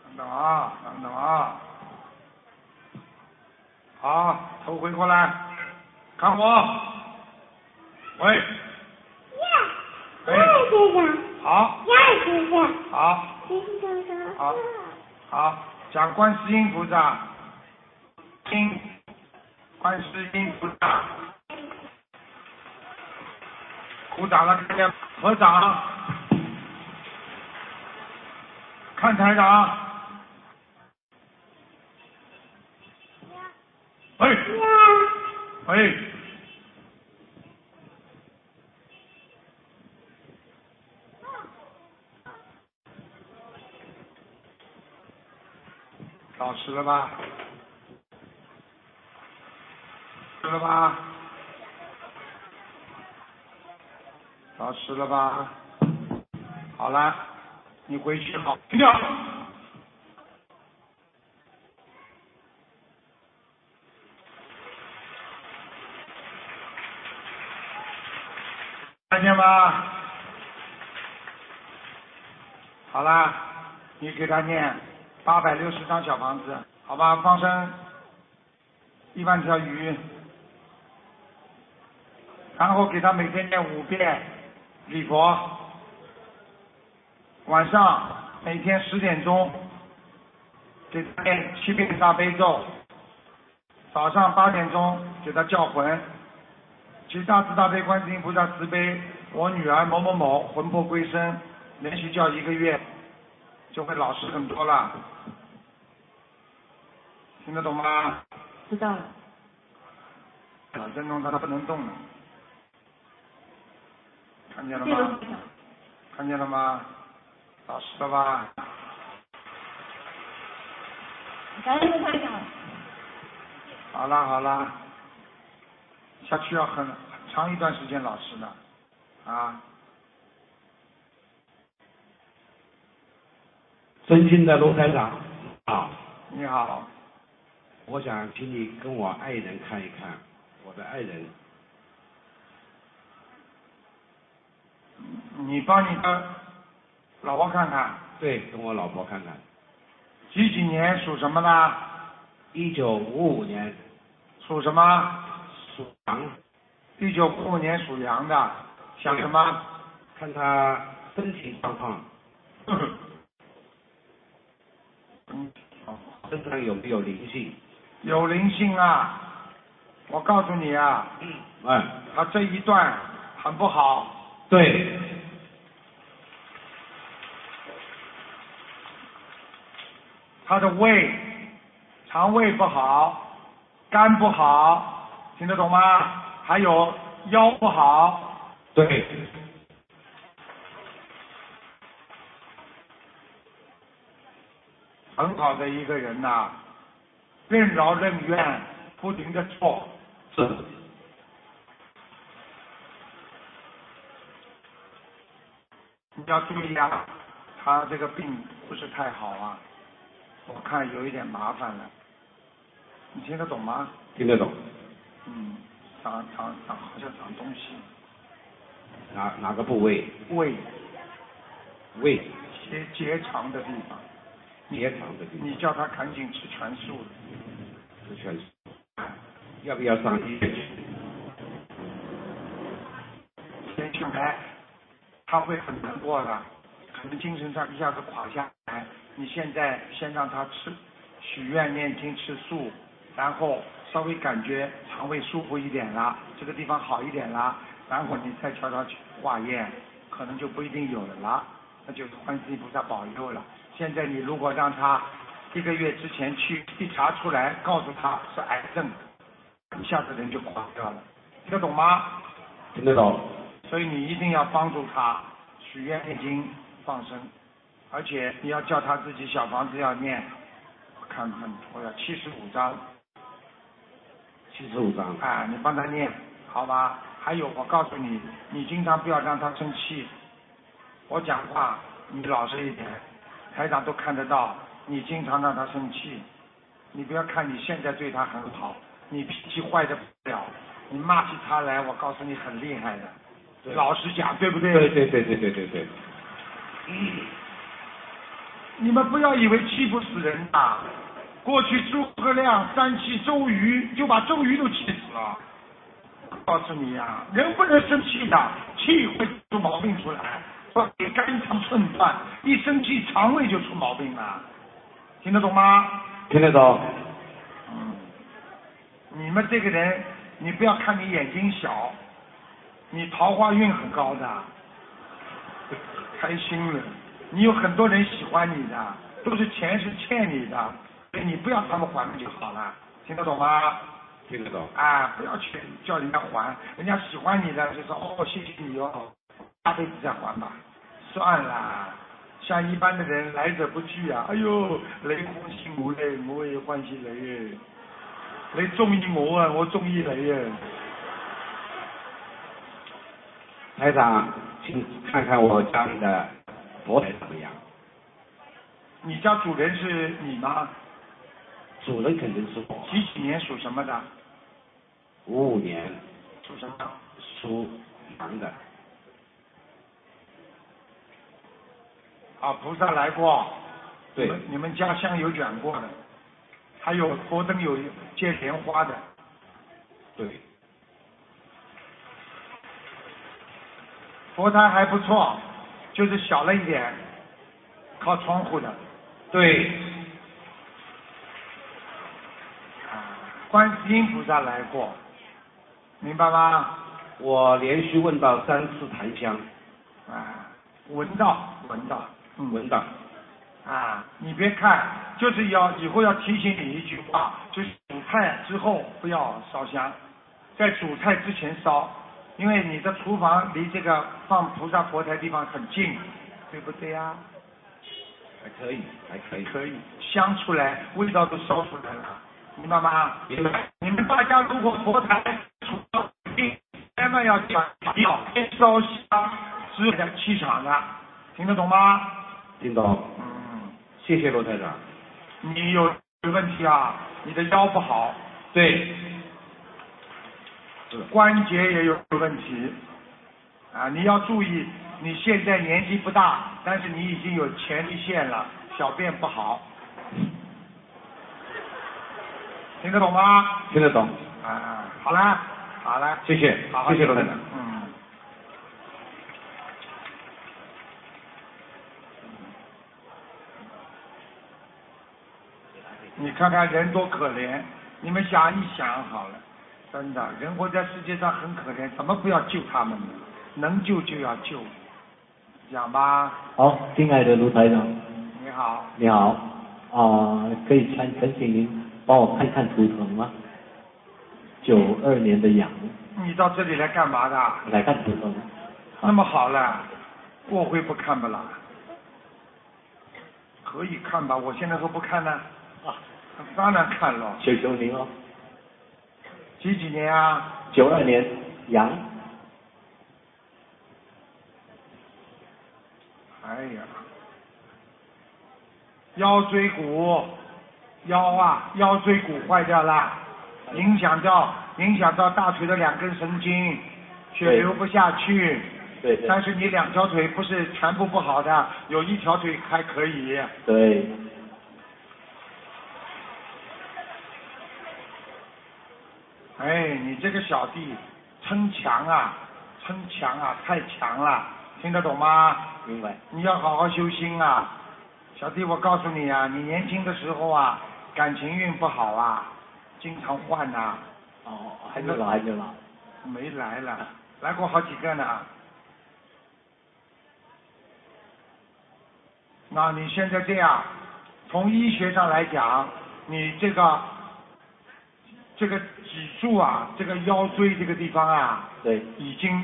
S1: 等等啊，等等啊，好，头回过来，看我，喂，哎，
S2: 先生，
S1: 好，
S2: 赖先生，
S1: 好，
S2: 先生说
S1: 好，好，讲观世音菩萨，听，观世音菩萨，鼓掌了，看见合掌，看台长，哎，哎，老实了吧？知了吧？老实了吧？好了，你回去好，听掉。看见吗？好啦，你给他念八百六十张小房子，好吧？放生一万条鱼，然后给他每天念五遍礼佛，晚上每天十点钟给他念七遍大悲咒，早上八点钟给他叫魂，请大慈大悲观世音菩萨慈悲，我女儿某某某魂魄归身，连续叫一个月，就会老实很多了。听得懂吗？
S3: 知道了，
S1: 脑震弄他，他不能动了。看见了
S3: 这
S1: 吗
S3: 个？
S1: 看见了吗？老实了吧？
S3: 感恩台长，
S1: 好啦好啦，下去要很很长一段时间老实了，啊，
S7: 尊敬的卢台长，啊，
S1: 你好，
S7: 我想请你跟我爱人看一看，我的爱人，
S1: 你帮你的老婆看看，
S7: 对，跟我老婆看看，
S1: 几几年属什么呢？
S7: 一九五五年
S1: 属什么？
S7: 属羊，
S1: 一九五五年属羊的，想什么？
S7: 看她身体状况，
S1: 嗯，
S7: 身上有没有灵性？
S1: 有灵性啊！我告诉你啊，
S7: 嗯，
S1: 他这一段很不好，
S7: 对，
S1: 他的胃、肠胃不好，肝不好，听得懂吗？还有腰不好，
S7: 对，
S1: 很好的一个人呐、任劳任怨，不停的做，
S7: 是，
S1: 你要注意啊，他这个病不是太好啊，我看有一点麻烦了，你听得懂吗？
S7: 听得懂？
S1: 嗯，长长长好像长东西，
S7: 哪啊哪个部位？
S1: 胃
S7: 胃、
S1: 结结肠的地方，
S7: 结肠的地
S1: 你
S7: 方，
S1: 叫他赶紧吃全素的。
S7: 是全是，要不要上医院去？
S1: 先去买，他会很难过的，可能精神上一下子垮下来。你现在先让他吃许愿、念经、吃素，然后稍微感觉肠胃舒服一点啦，这个地方好一点啦，然后你再叫他去化验，可能就不一定有了啦。那就是观世音菩萨保佑了。现在你如果让他一个月之前去一查出来，告诉他是癌症，一下子人就垮掉了，听得懂吗？
S8: 听得懂。
S1: 所以你一定要帮助他许愿、念经、放生，而且你要叫他自己小房子要念，我看看我要七十五章，
S7: 七十五张。
S1: 啊，你帮他念，好吧？还有，我告诉你，你经常不要让他生气。我讲话，你老实一点，台长都看得到。你经常让他生气，你不要看你现在对他很好，你脾气坏的不了，你骂起他来，我告诉你很厉害的。
S8: 对
S1: 老实讲，对不对？
S8: 对对对对对对对。
S1: 你们不要以为欺负死人呐！过去诸葛亮三气周瑜，就把周瑜都气死了。告诉你呀、人不能生气的，气会出毛病出来，或给肝肠寸断，一生气肠胃就出毛病了。听得懂吗？
S8: 听得懂。
S1: 嗯，你们这个人，你不要看你眼睛小，你桃花运很高的，开心了，你有很多人喜欢你的，都是钱是欠你的，所以你不要他们还就好了，听得懂吗？
S8: 听得懂。
S1: 啊，不要去叫人家还，人家喜欢你的就说哦，谢谢你哦，下辈子再还吧，算了。像一般的人来者不拒啊，哎呦，你欢喜我嘞，我也欢喜你，你中意我啊，我中意你啊。
S7: 台长，请看看我家里的佛台怎么样？
S1: 你家主人是你吗？
S7: 主人肯定是我，
S1: 几几年属什么的？
S7: 五五年
S1: 属什么？
S7: 属羊的，
S1: 啊，菩萨来过。
S8: 对
S1: 你们你们家香有卷过的，还有佛灯有接莲花的。
S8: 对。
S1: 佛台还不错，就是小了一点，靠窗户的。
S8: 对。
S1: 观世音菩萨来过，明白吗？
S7: 我连续问到三次檀香，
S1: 啊，闻到闻到，嗯
S7: 闻到。
S1: 啊，你别看，就是要以后要提醒你一句话，就是煮菜之后不要烧香，在煮菜之前烧，因为你的厨房离这个放菩萨佛台地方很近，对不对啊？
S7: 还可以，还可以。
S1: 可以，香出来，味道都烧出来了，明白吗？
S7: 明白。
S1: 你们大家如果佛台除了定，千万要讲要先烧香，是的气场的，听得懂吗？
S7: 听懂？
S1: 嗯，
S7: 谢谢罗台长。
S1: 你有有问题啊？你的腰不好，
S8: 对，
S1: 关节也有问题，啊，你要注意。你现在年纪不大，但是你已经有前列腺了，小便不好，听得懂吗？
S8: 听得懂。
S1: 啊，好啦，好啦，
S8: 谢谢，
S1: 好好
S8: 谢谢罗
S1: 台
S8: 台长。
S1: 嗯。你看看人多可怜，你们想一想好了，真的，人活在世界上很可怜，怎么不要救他们呢？能救就要救，讲吧，
S9: 好，敬爱的卢台长，
S1: 你好，
S9: 你好，啊、可以看恳请您帮我看看图腾吗？九二年的羊，
S1: 嗯你到这里来干嘛的？
S9: 来看图腾，啊
S1: 那么好了，过会不看不啦？可以看吧，我现在说不看呢，
S9: 啊，
S1: 当然看了。
S9: 求求您哦，
S1: 几几年啊？
S9: 九二年羊，
S1: 哎呀，腰椎骨，腰啊，腰椎骨坏掉了，影响到影响到大腿的两根神经，血
S9: 对
S1: 流不下去。
S9: 对对
S1: 但是你两条腿不是全部不好的，有一条腿还可以。
S9: 对，
S1: 哎，你这个小弟，逞强啊，逞强啊，太强了，听得懂吗？
S7: 明白。
S1: 你要好好修心啊，小弟，我告诉你啊，你年轻的时候啊，感情运不好啊，经常换呐、
S9: 哦，还没来没来，
S1: 没来了，来过好几个呢。那你现在这样，从医学上来讲，你这个这个脊柱啊，这个腰椎这个地方啊，
S9: 对，
S1: 已经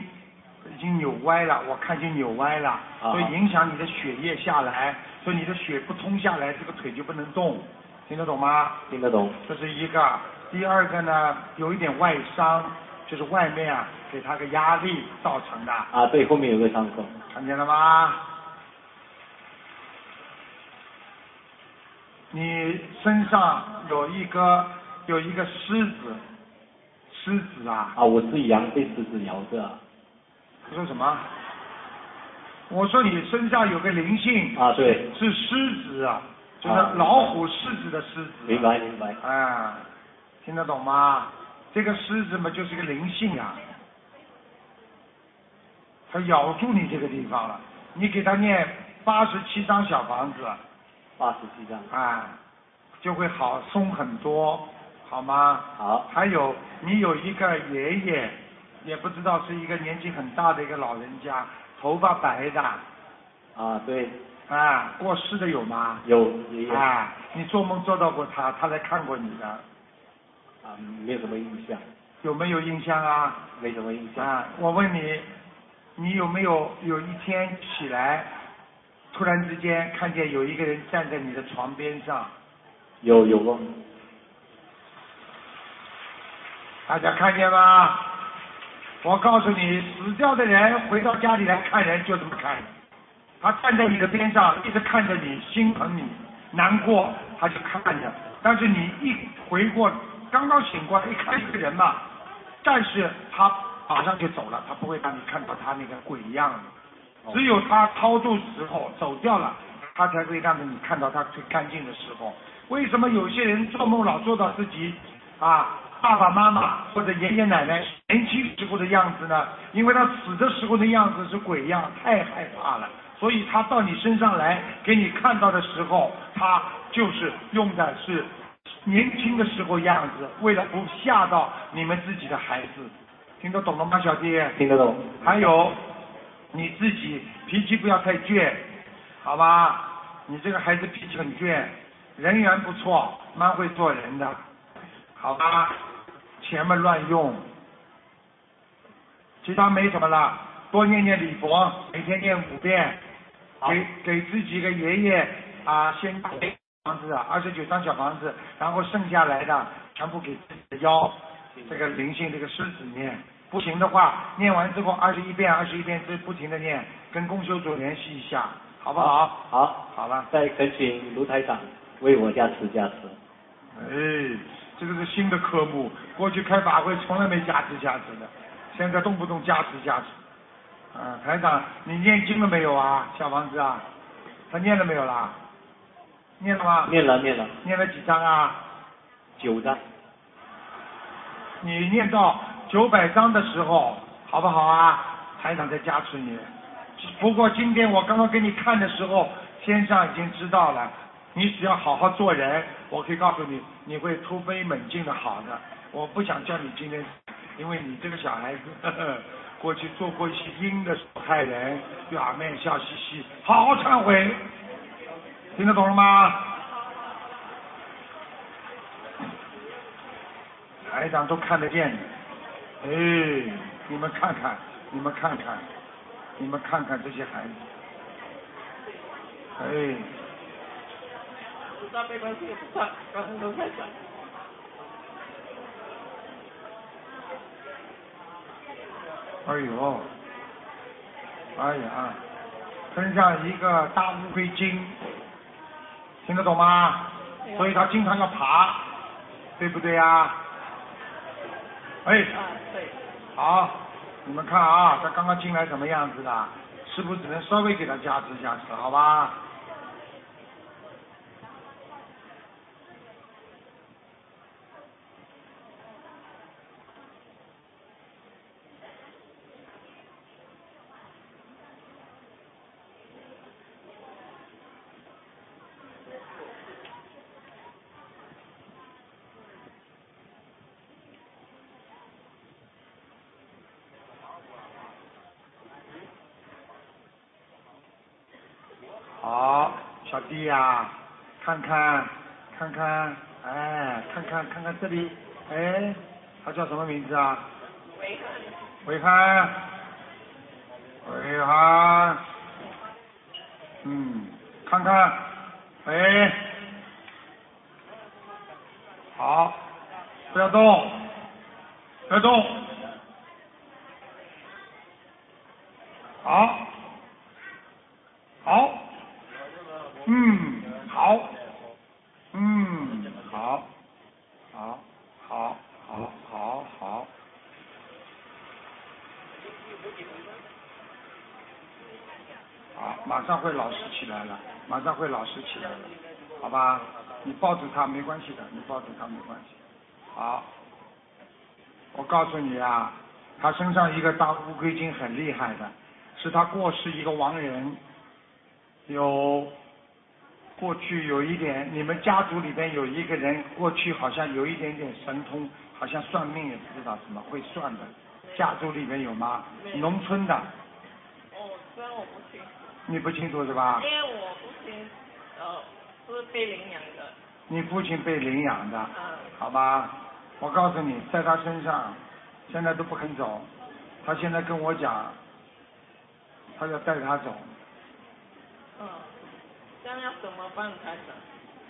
S1: 已经扭歪了，我看见扭歪了，
S9: 啊
S1: 所以影响你的血液下来，所以你的血不通下来，这个腿就不能动，听得懂吗？
S9: 听得懂，
S1: 这是一个。第二个呢，有一点外伤，就是外面啊给他个压力造成的，
S9: 啊，对，后面有个伤口，
S1: 看见了吗？你身上有一个有一个狮子，狮子啊，
S9: 啊，我是羊被狮子咬着，
S1: 你说什么？我说你身上有个灵性，
S9: 啊，对，
S1: 是狮子啊，就是
S9: 啊
S1: 老虎狮子的狮子。
S9: 明。白明白，
S1: 啊，听得懂吗？这个狮子嘛，就是个灵性啊，它咬住你这个地方了。你给它念八十七张小房子，
S9: 八十七张，
S1: 啊，就会好松很多，好吗？
S9: 好，
S1: 还有，你有一个爷爷，也不知道是一个年纪很大的一个老人家，头发白的，
S9: 啊，对，
S1: 啊，过世的有吗？
S9: 有爷爷，啊，
S1: 啊，你做梦做到过他，他来看过你的，
S9: 没有什么印象，
S1: 有没有印象啊？
S9: 没什么印象，
S1: 啊，我问你，你有没有有一天起来，突然之间看见有一个人站在你的床边上？
S9: 有有过，
S1: 大家看见吗？我告诉你，死掉的人回到家里来看人就这么看，他站在你的边上，一直看着你，心疼你，难过，他就看着。但是你一回过，刚刚醒过来，一看这个人嘛，但是他马上就走了，他不会让你看到他那个鬼样子。只有他超度时候走掉了，他才会让你看到他最干净的时候。为什么有些人做梦老做到自己啊爸爸妈妈或者爷爷奶奶年轻时候的样子呢？因为他死的时候的样子是鬼样，太害怕了，所以他到你身上来给你看到的时候，他就是用的是年轻的时候样子，为了不吓到你们自己的孩子，听得懂了吗，小弟？
S9: 听得懂，
S1: 还有你自己脾气不要太倔，好吧？你这个孩子脾气很倔，人缘不错，蛮会做人的，好吧？钱嘛乱用，其他没什么了，多念念礼佛，每天念五遍，给给自己个爷爷啊，先打一个房子啊二十九张小房子，然后剩下来的全部给自己的腰这个灵性这个狮子念，不行的话念完之后二十一遍二十一遍这不停的念，跟公修组联系一下，好不好？
S9: 好，
S1: 好了，
S9: 再恳请卢台长为我加持加持。
S1: 哎，这个是新的科目，过去开法会从来没加持加持的，现在动不动加持加持。啊，台长，你念经了没有啊？小房子啊，他念了没有啦？念了吗？
S9: 念了念了，
S1: 念了几张啊？
S9: 九张，
S1: 你念到九百章的时候，好不好啊？台长在加持你。不过今天我刚刚给你看的时候，先生已经知道了。你只要好好做人，我可以告诉你，你会突飞猛进的好的。我不想叫你今天，因为你这个小孩子 呵呵过去做过一些阴的害人，表面笑嘻嘻，好好忏悔，听得懂了吗？台长都看得见的。哎，你们看看，你们看看，你们看看这些孩子。哎，哎呦，哎呀，身上一个大乌龟精，听得懂吗？所以他经常要爬，对不对呀、啊哎，好，你们看啊，他刚刚进来什么样子的？师傅只能稍微给他加持加持，好吧？好，小弟呀、看看，看看，哎，看看看看这里，哎，他叫什么名字啊？维汉。维汉。维汉。嗯，看看，哎，好，不要动，不要动，好，好，嗯，好，嗯，好，好，好，好，好，好，好，马上会老师起来了，马上会老师起来了，好吧？你抱住他没关系的，你抱住他没关系。好，我告诉你啊，他身上一个大乌龟精很厉害的，是他过世一个亡人，有过去有一点，你们家族里边有一个人过去好像有一点点神通，好像算命也不知道什么会算的，家族里面有吗？农村的，
S5: 哦，虽然我不清楚，
S1: 你不清楚是吧？
S5: 因为我父亲呃是被领养的，
S1: 你父亲被领养的，
S5: 嗯，
S1: 好吧，我告诉你，在他身上，现在都不肯走，他现在跟我讲，他要带他走，
S5: 嗯，这样要怎么办才行？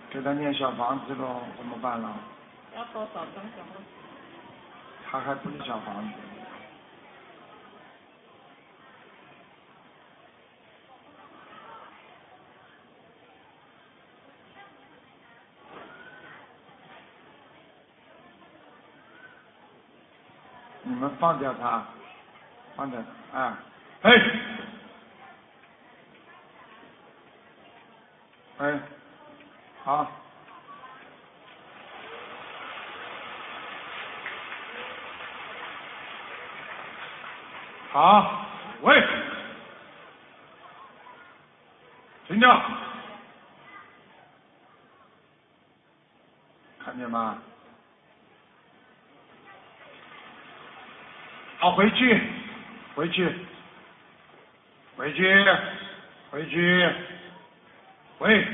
S1: 给他念小房子喽，怎么办了？
S5: 要多少张小房子？
S1: 他还不是小房子，你们放掉他，放掉他，哎，哎，哎，好。好，喂，停掉，看见吗？好，回去，回去，回去，回去，喂，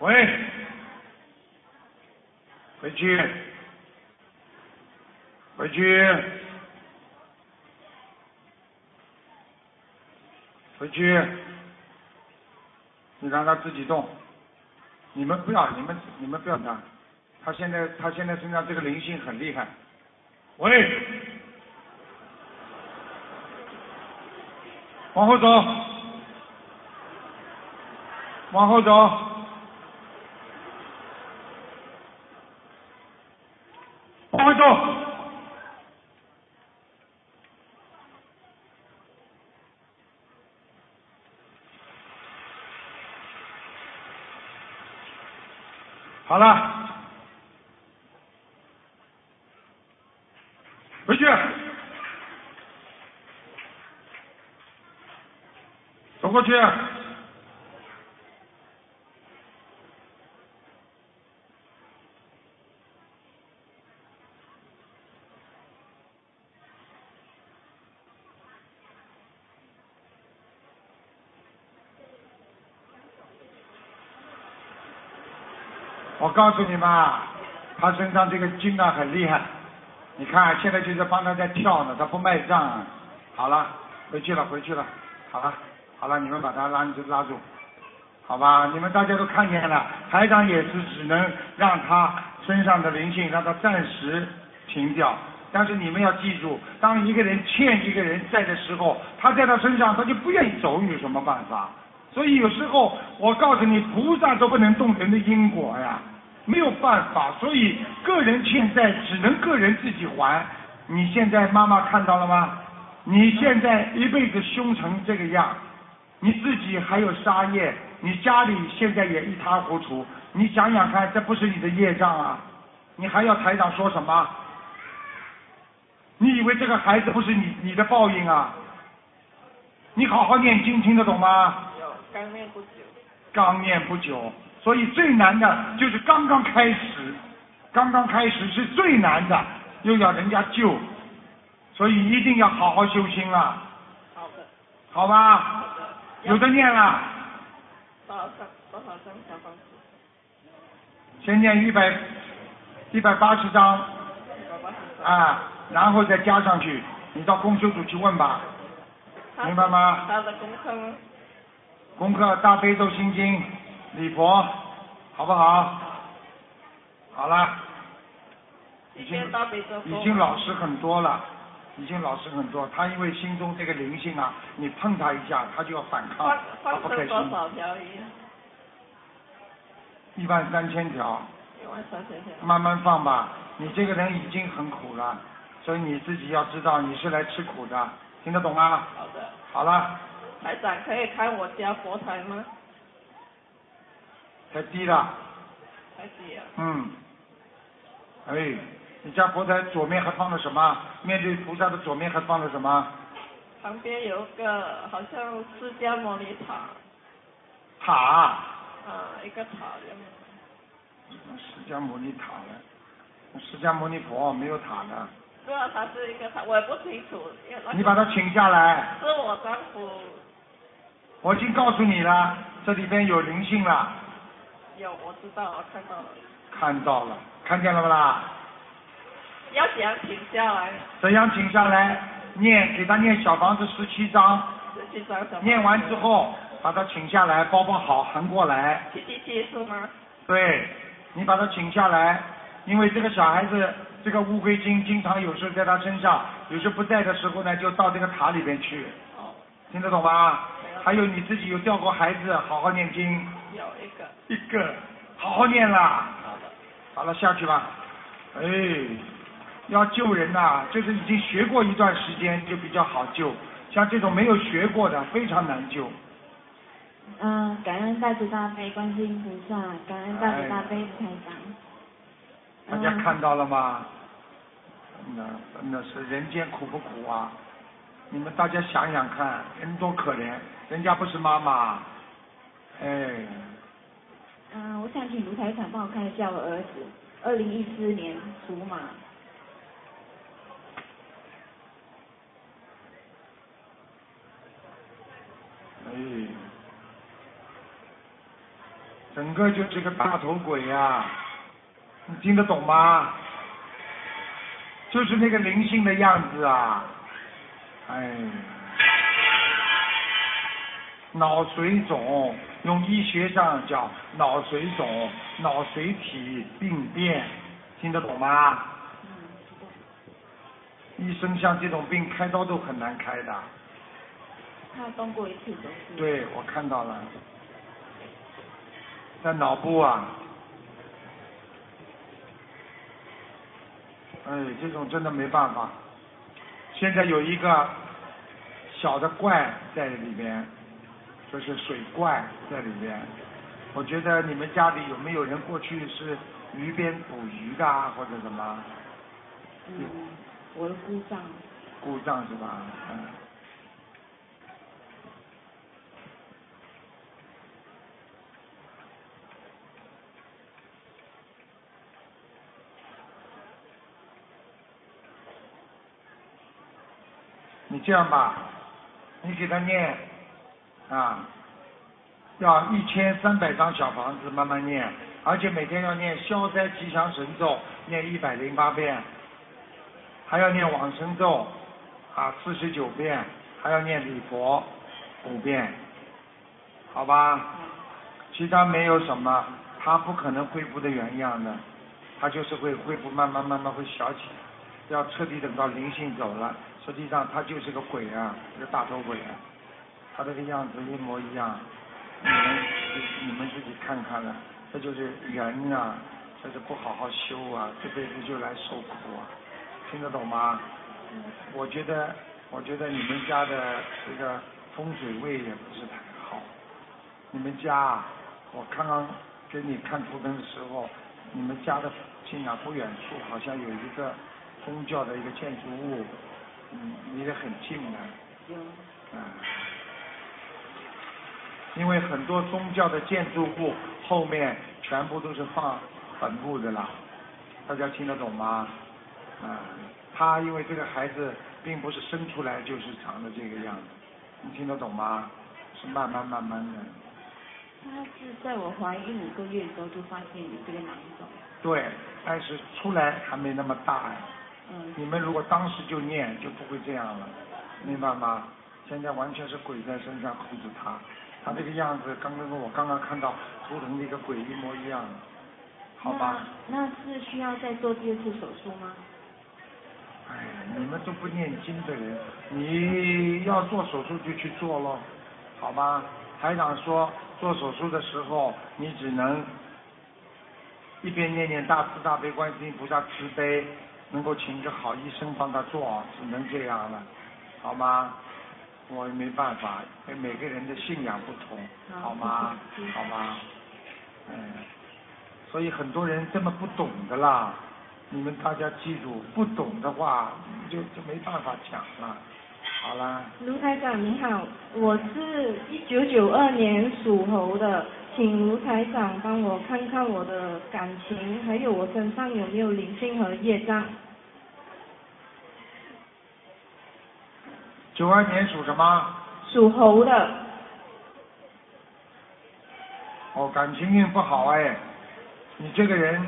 S1: 喂，回去，回去。回去，你让他自己动，你们不要，你们你们不要他，他现在他现在身上这个灵性很厉害。喂，往后走，往后走，往后走。好了，回去，走过去，我告诉你们啊，他身上这个筋啊很厉害，你看现在就是帮他在跳呢，他不卖账、啊。好了，回去了，回去了，好了，好了，你们把他拉住拉住，好吧？你们大家都看见了，台长也是只能让他身上的灵性让他暂时停掉。但是你们要记住，当一个人欠一个人债的时候，他在他身上他就不愿意走，你有什么办法？所以有时候我告诉你，菩萨都不能动人的因果呀，没有办法。所以个人欠债只能个人自己还。你现在妈妈看到了吗？你现在一辈子凶成这个样，你自己还有杀业，你家里现在也一塌糊涂。你想想看，这不是你的业障啊！你还要台长说什么？你以为这个孩子不是你你的报应啊？你好好念经，听得懂吗？
S5: 有刚念不久，
S1: 刚念不久，所以最难的就是刚刚开始，刚刚开始是最难的，又要人家救，所以一定要好好修心啊，
S5: 好的，
S1: 好吧？有的念了，
S5: 多少张多少张小房子？
S1: 先念一百一百八十张
S5: 宝宝想说，
S1: 啊，然后再加上去，你到公修组去问吧。
S5: 他
S1: 明白吗
S5: 他的功课呢？
S1: 功课大悲咒心经、礼佛，好不好？好了，
S5: 一天到北周
S1: 已经老实很多了，已经老实很多。他因为心中这个灵性啊，你碰他一下，他就要反抗
S5: 放，
S1: 他
S5: 放
S1: 不开
S5: 生多
S1: 心。
S5: 少条鱼？啊
S1: 一万三千条，
S5: 一万三千条。
S1: 慢慢放吧。你这个人已经很苦了，所以你自己要知道你是来吃苦的，听得懂吗？
S5: 好的，
S1: 好了，
S5: 台长可以看我家佛台吗？
S1: 太低了，
S5: 太低了，
S1: 嗯，哎，你家佛台左面还放了什么？面对菩萨的左面还放了什么？
S5: 旁边有个好像释迦牟尼塔，
S1: 塔啊，
S5: 啊，一个塔这样。
S1: 释迦牟尼塔了，释迦牟尼佛没有塔了，
S5: 不知道它是一个塔，我也不清楚。因为那个
S1: 你把它请下来。
S5: 啊是我丈夫
S1: 我已经告诉你了，这里边有灵性了，
S5: 有，我知道，我看到了。
S1: 看到了，看见了不啦？
S5: 要怎样停下来？
S1: 怎样请下来念？给他念小房子十七章，
S5: 自己找什么？
S1: 念完之，后把他请下来，包包好横过来。
S5: 七七七是吗？
S1: 对，你把他请下来，因为这个小孩子这个乌龟精经常有时候在他身上，有时候不在的时候呢，就到这个塔里边去，
S5: 哦，
S1: 听得懂吧？还
S5: 有
S1: 有你自己有掉过孩子，好好念经，
S5: 有一个，
S1: 一个好好念啦。
S5: 好的，
S1: 好了，下去吧。哎，要救人呐、就是已经学过一段时间就比较好救，像这种没有学过的非常难救。
S6: 嗯、感恩大慈大悲观世音菩萨，感恩大慈大悲卢台长。
S1: 大家看到了吗？那那是人间苦不苦啊？你们大家想想看，人多可怜，人家不是妈妈，哎，
S6: 嗯、我想请卢台长帮我看一下我儿子，二零一四年属马，
S1: 哎，整个就是个大头鬼呀、你听得懂吗？就是那个灵性的样子啊，哎，脑水肿，用医学上叫脑水肿、脑水体病变，听得懂吗？医生像这种病开刀都很难开的。
S6: 他动过一次手
S2: 嗯
S6: 术。
S1: 对，我看到了，在脑部啊。哎，这种真的没办法。现在有一个小的怪在里边，就是水怪在里边。我觉得你们家里有没有人过去是鱼边捕鱼的啊，或者什么
S6: 嗯，我的故障。
S1: 故障是吧？嗯。你这样吧，你给他念啊，要一千三百张小房子慢慢念，而且每天要念消灾吉祥神咒，念一百零八遍，还要念往生咒啊四十九遍，还要念礼佛五遍，好吧？其他没有什么，他不可能恢复的原样的，他就是会恢复，慢慢慢慢会小起来。要彻底等到灵性走了，实际上他就是个鬼啊，一个大头鬼啊，他这个样子一模一样，你们自己你们自己看看了，这就是人啊，这是不好好修啊，这辈子就来受苦啊，听得懂吗？我觉得我觉得你们家的这个风水位也不是太好，你们家啊我刚刚给你看图腾的时候，你们家的近啊不远处好像有一个。宗教的一个建筑物，嗯，离得很近的，嗯，因为很多宗教的建筑物后面全部都是放坟墓的啦，大家听得懂吗？啊、他因为这个孩子并不是生出来就是长的这个样子，你听得懂吗？是慢慢慢慢的，
S10: 他是在我怀孕五个月的时候就发现有这个囊肿，
S1: 对，但是出来还没那么大呀。
S10: 嗯，
S1: 你们如果当时就念，就不会这样了，明白吗？现在完全是鬼在身上控制他，他这个样子刚刚跟我刚刚看到图腾的一个鬼一模一样，好吧？
S10: 那那是需要再做第二次手术吗？
S1: 哎，你们都不念经的人，你要做手术就去做咯，好吧？台长说做手术的时候，你只能一边念念大慈大悲观世音菩萨慈悲，能够请个好医生帮他做，只能这样了，好吗？我也没办法，每个人的信仰不同，好吗？好吗？嗯，所以很多人这么不懂的啦。你们大家记住，不懂的话就就没办法讲了。好啦，
S2: 卢台长你好，我是一九九二年属猴的，请卢台长帮我看看我的感情，还有我身上有没有灵性和业障。
S1: 九二年属什么？
S2: 属猴的，
S1: 哦，感情运不好哎，你这个人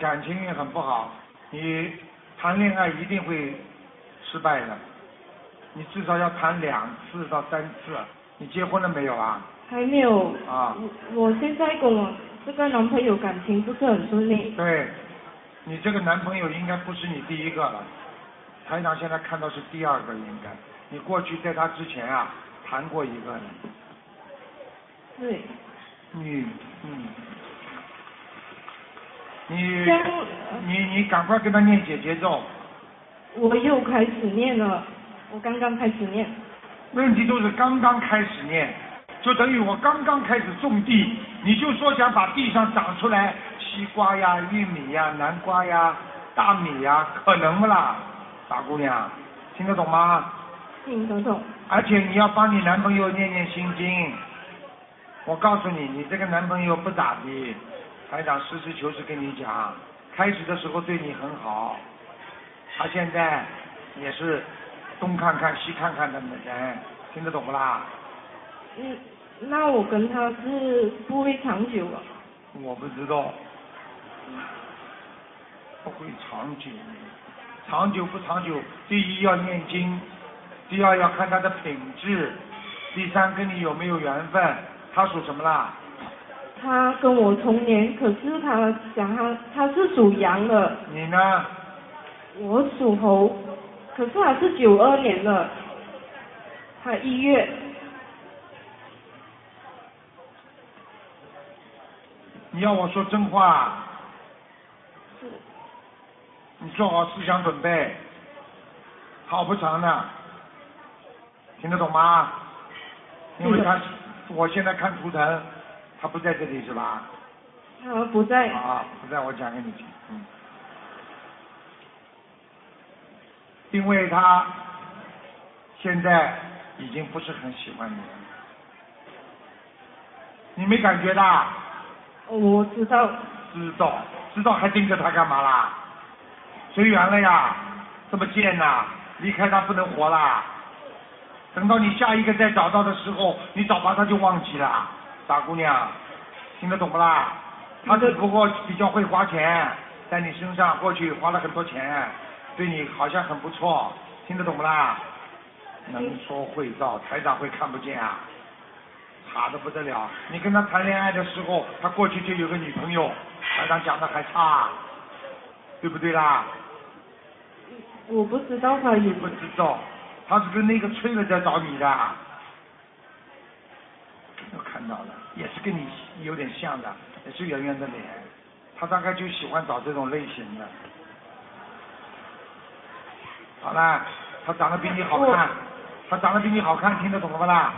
S1: 感情运很不好，你谈恋爱一定会失败的，你至少要谈两次到三次。啊你结婚了没有啊？
S2: 还没有。
S1: 啊，
S2: 我我现在跟我这个男朋友感情不是很顺利，
S1: 对，你这个男朋友应该不是你第一个了，台长现在看到是第二个应该。你过去在他之前啊谈过一个呢。
S2: 对，
S1: 你嗯，你
S2: 像
S1: 你你赶快跟他念姐姐咒，
S2: 我又开始念了，我刚刚开始念，
S1: 问题都是刚刚开始念，就等于我刚刚开始种地，你就说想把地上长出来西瓜呀、玉米呀、南瓜呀、大米呀，可能不啦，傻姑娘，听得懂吗？
S2: 听得懂？
S1: 而且你要帮你男朋友念念心经。我告诉你，你这个男朋友不咋地，台长实事求是跟你讲，开始的时候对你很好，他现在也是东看看西看看的人，听得懂不啦？
S2: 嗯，那我跟他是不会长久啊了。
S1: 我不知道，不会长久，长久不长久，第一要念经，第二要看他的品质，第三跟你有没有缘分。他属什么啦？
S2: 他跟我同年，可是他讲他他是属羊的，
S1: 你呢？
S2: 我属猴，可是他是九二年的，他一月，
S1: 你要我说真话？你做好思想准备，好不长的，听得懂吗？因为他，我现在看图腾，他不在这里是吧？
S2: 他不在，
S1: 啊，不在我讲给你听。嗯。因为他现在已经不是很喜欢你了，你没感觉到？
S2: 我知道，
S1: 知道，知道还盯着他干嘛啦？随缘了呀，这么贱呐、离开他不能活啦。等到你下一个再找到的时候，你找吧他就忘记了。傻姑娘，听得懂不啦？他只不过比较会花钱，在你身上过去花了很多钱，对你好像很不错，听得懂不啦？能说会道，台长会看不见啊。差的不得了。你跟他谈恋爱的时候，他过去就有个女朋友，台长讲的还差，对不对啦？
S2: 我不知道他有
S1: 不知道，他是跟那个吹了在找你的，我看到了，也是跟你有点像的，也是圆圆的脸，他大概就喜欢找这种类型的。好啦，他长得比你好看，他长得比你好看，听得懂了不啦？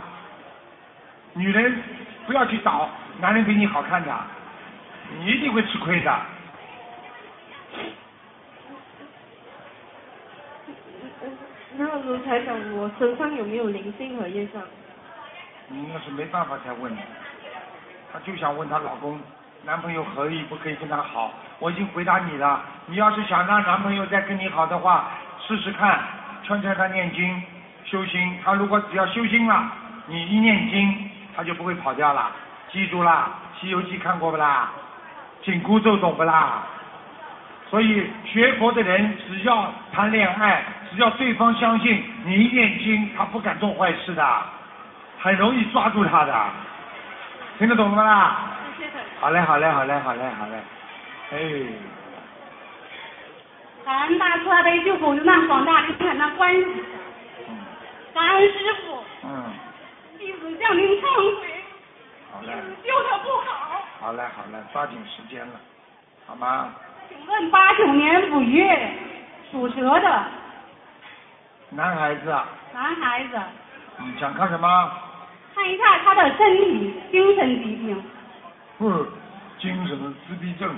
S1: 女人不要去找男人比你好看的，你一定会吃亏的。
S2: 那卢台长，我身上有没有灵性和业障？
S1: 你嗯要是没办法才问的，她就想问她老公、男朋友可以不可以跟她好。我已经回答你了，你要是想让男朋友再跟你好的话，试试看，劝劝他念经、修心。他如果只要修心了，你一念经，他就不会跑掉了。记住啦，《西游记》看过不啦？紧箍咒懂不啦？所以学佛的人，只要谈恋爱，只要对方相信你一念经，他不敢做坏事的，很容易抓住他的。听得懂吗啦？好嘞，好嘞，好嘞，好嘞，好嘞。哎。
S2: 感恩大慈大悲救苦救难广大灵感的观世音菩萨，感恩师傅，
S1: 嗯，
S2: 弟子向您忏悔，
S1: 好
S2: 弟
S1: 嘞，
S2: 子修的不好。
S1: 好嘞，好嘞，抓紧时间了，好吗？
S2: 请问八九年五月属蛇的
S1: 男孩子啊，
S2: 男孩子，
S1: 你想看什么？
S2: 看一下他的身体精神疾病，
S1: 嗯，精神自闭症，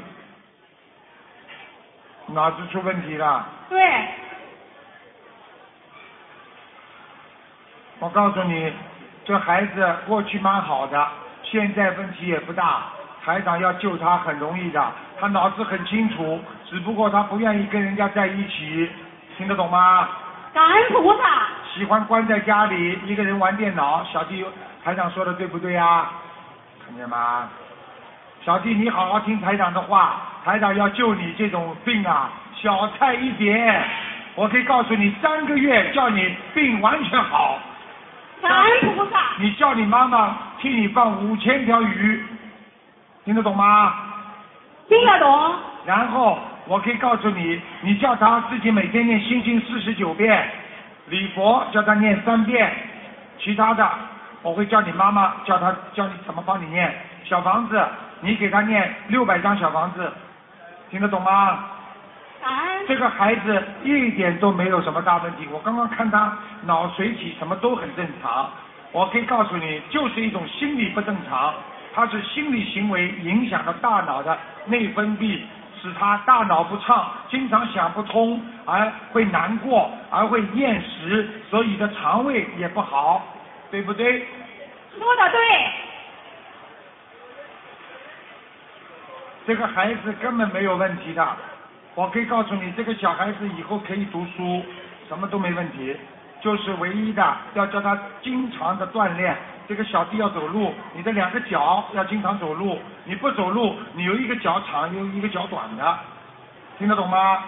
S1: 脑子出问题了。
S2: 对，
S1: 我告诉你，这孩子过去蛮好的，现在问题也不大。台长要救他很容易的，他脑子很清楚，只不过他不愿意跟人家在一起，听得懂吗？
S2: 感恩菩萨，
S1: 喜欢关在家里一个人玩电脑。小弟，台长说的对不对啊？看见吗？小弟，你好好听台长的话，台长要救你这种病啊，小菜一碟。我可以告诉你，三个月叫你病完全好。
S2: 感恩菩萨，
S1: 你叫你妈妈替你放五千条鱼，听得懂吗？
S2: 听得懂？
S1: 然后我可以告诉你，你叫他自己每天念心经四十九遍，礼佛叫他念三遍，其他的我会叫你妈妈叫他教你怎么帮你念小房子，你给他念六百张小房子，听得懂吗？
S2: 感恩
S1: 这个孩子一点都没有什么大问题，我刚刚看他脑水体什么都很正常。我可以告诉你，就是一种心理不正常，他是心理行为影响了大脑的内分泌，使他大脑不畅，经常想不通，而会难过，而会厌食，所以的肠胃也不好，对不对？
S2: 说的对，
S1: 这个孩子根本没有问题的，我可以告诉你，这个小孩子以后可以读书，什么都没问题，就是唯一的要叫他经常的锻炼。这个小弟要走路，你的两个脚要经常走路，你不走路，你有一个脚长，有一个脚短的，听得懂吗？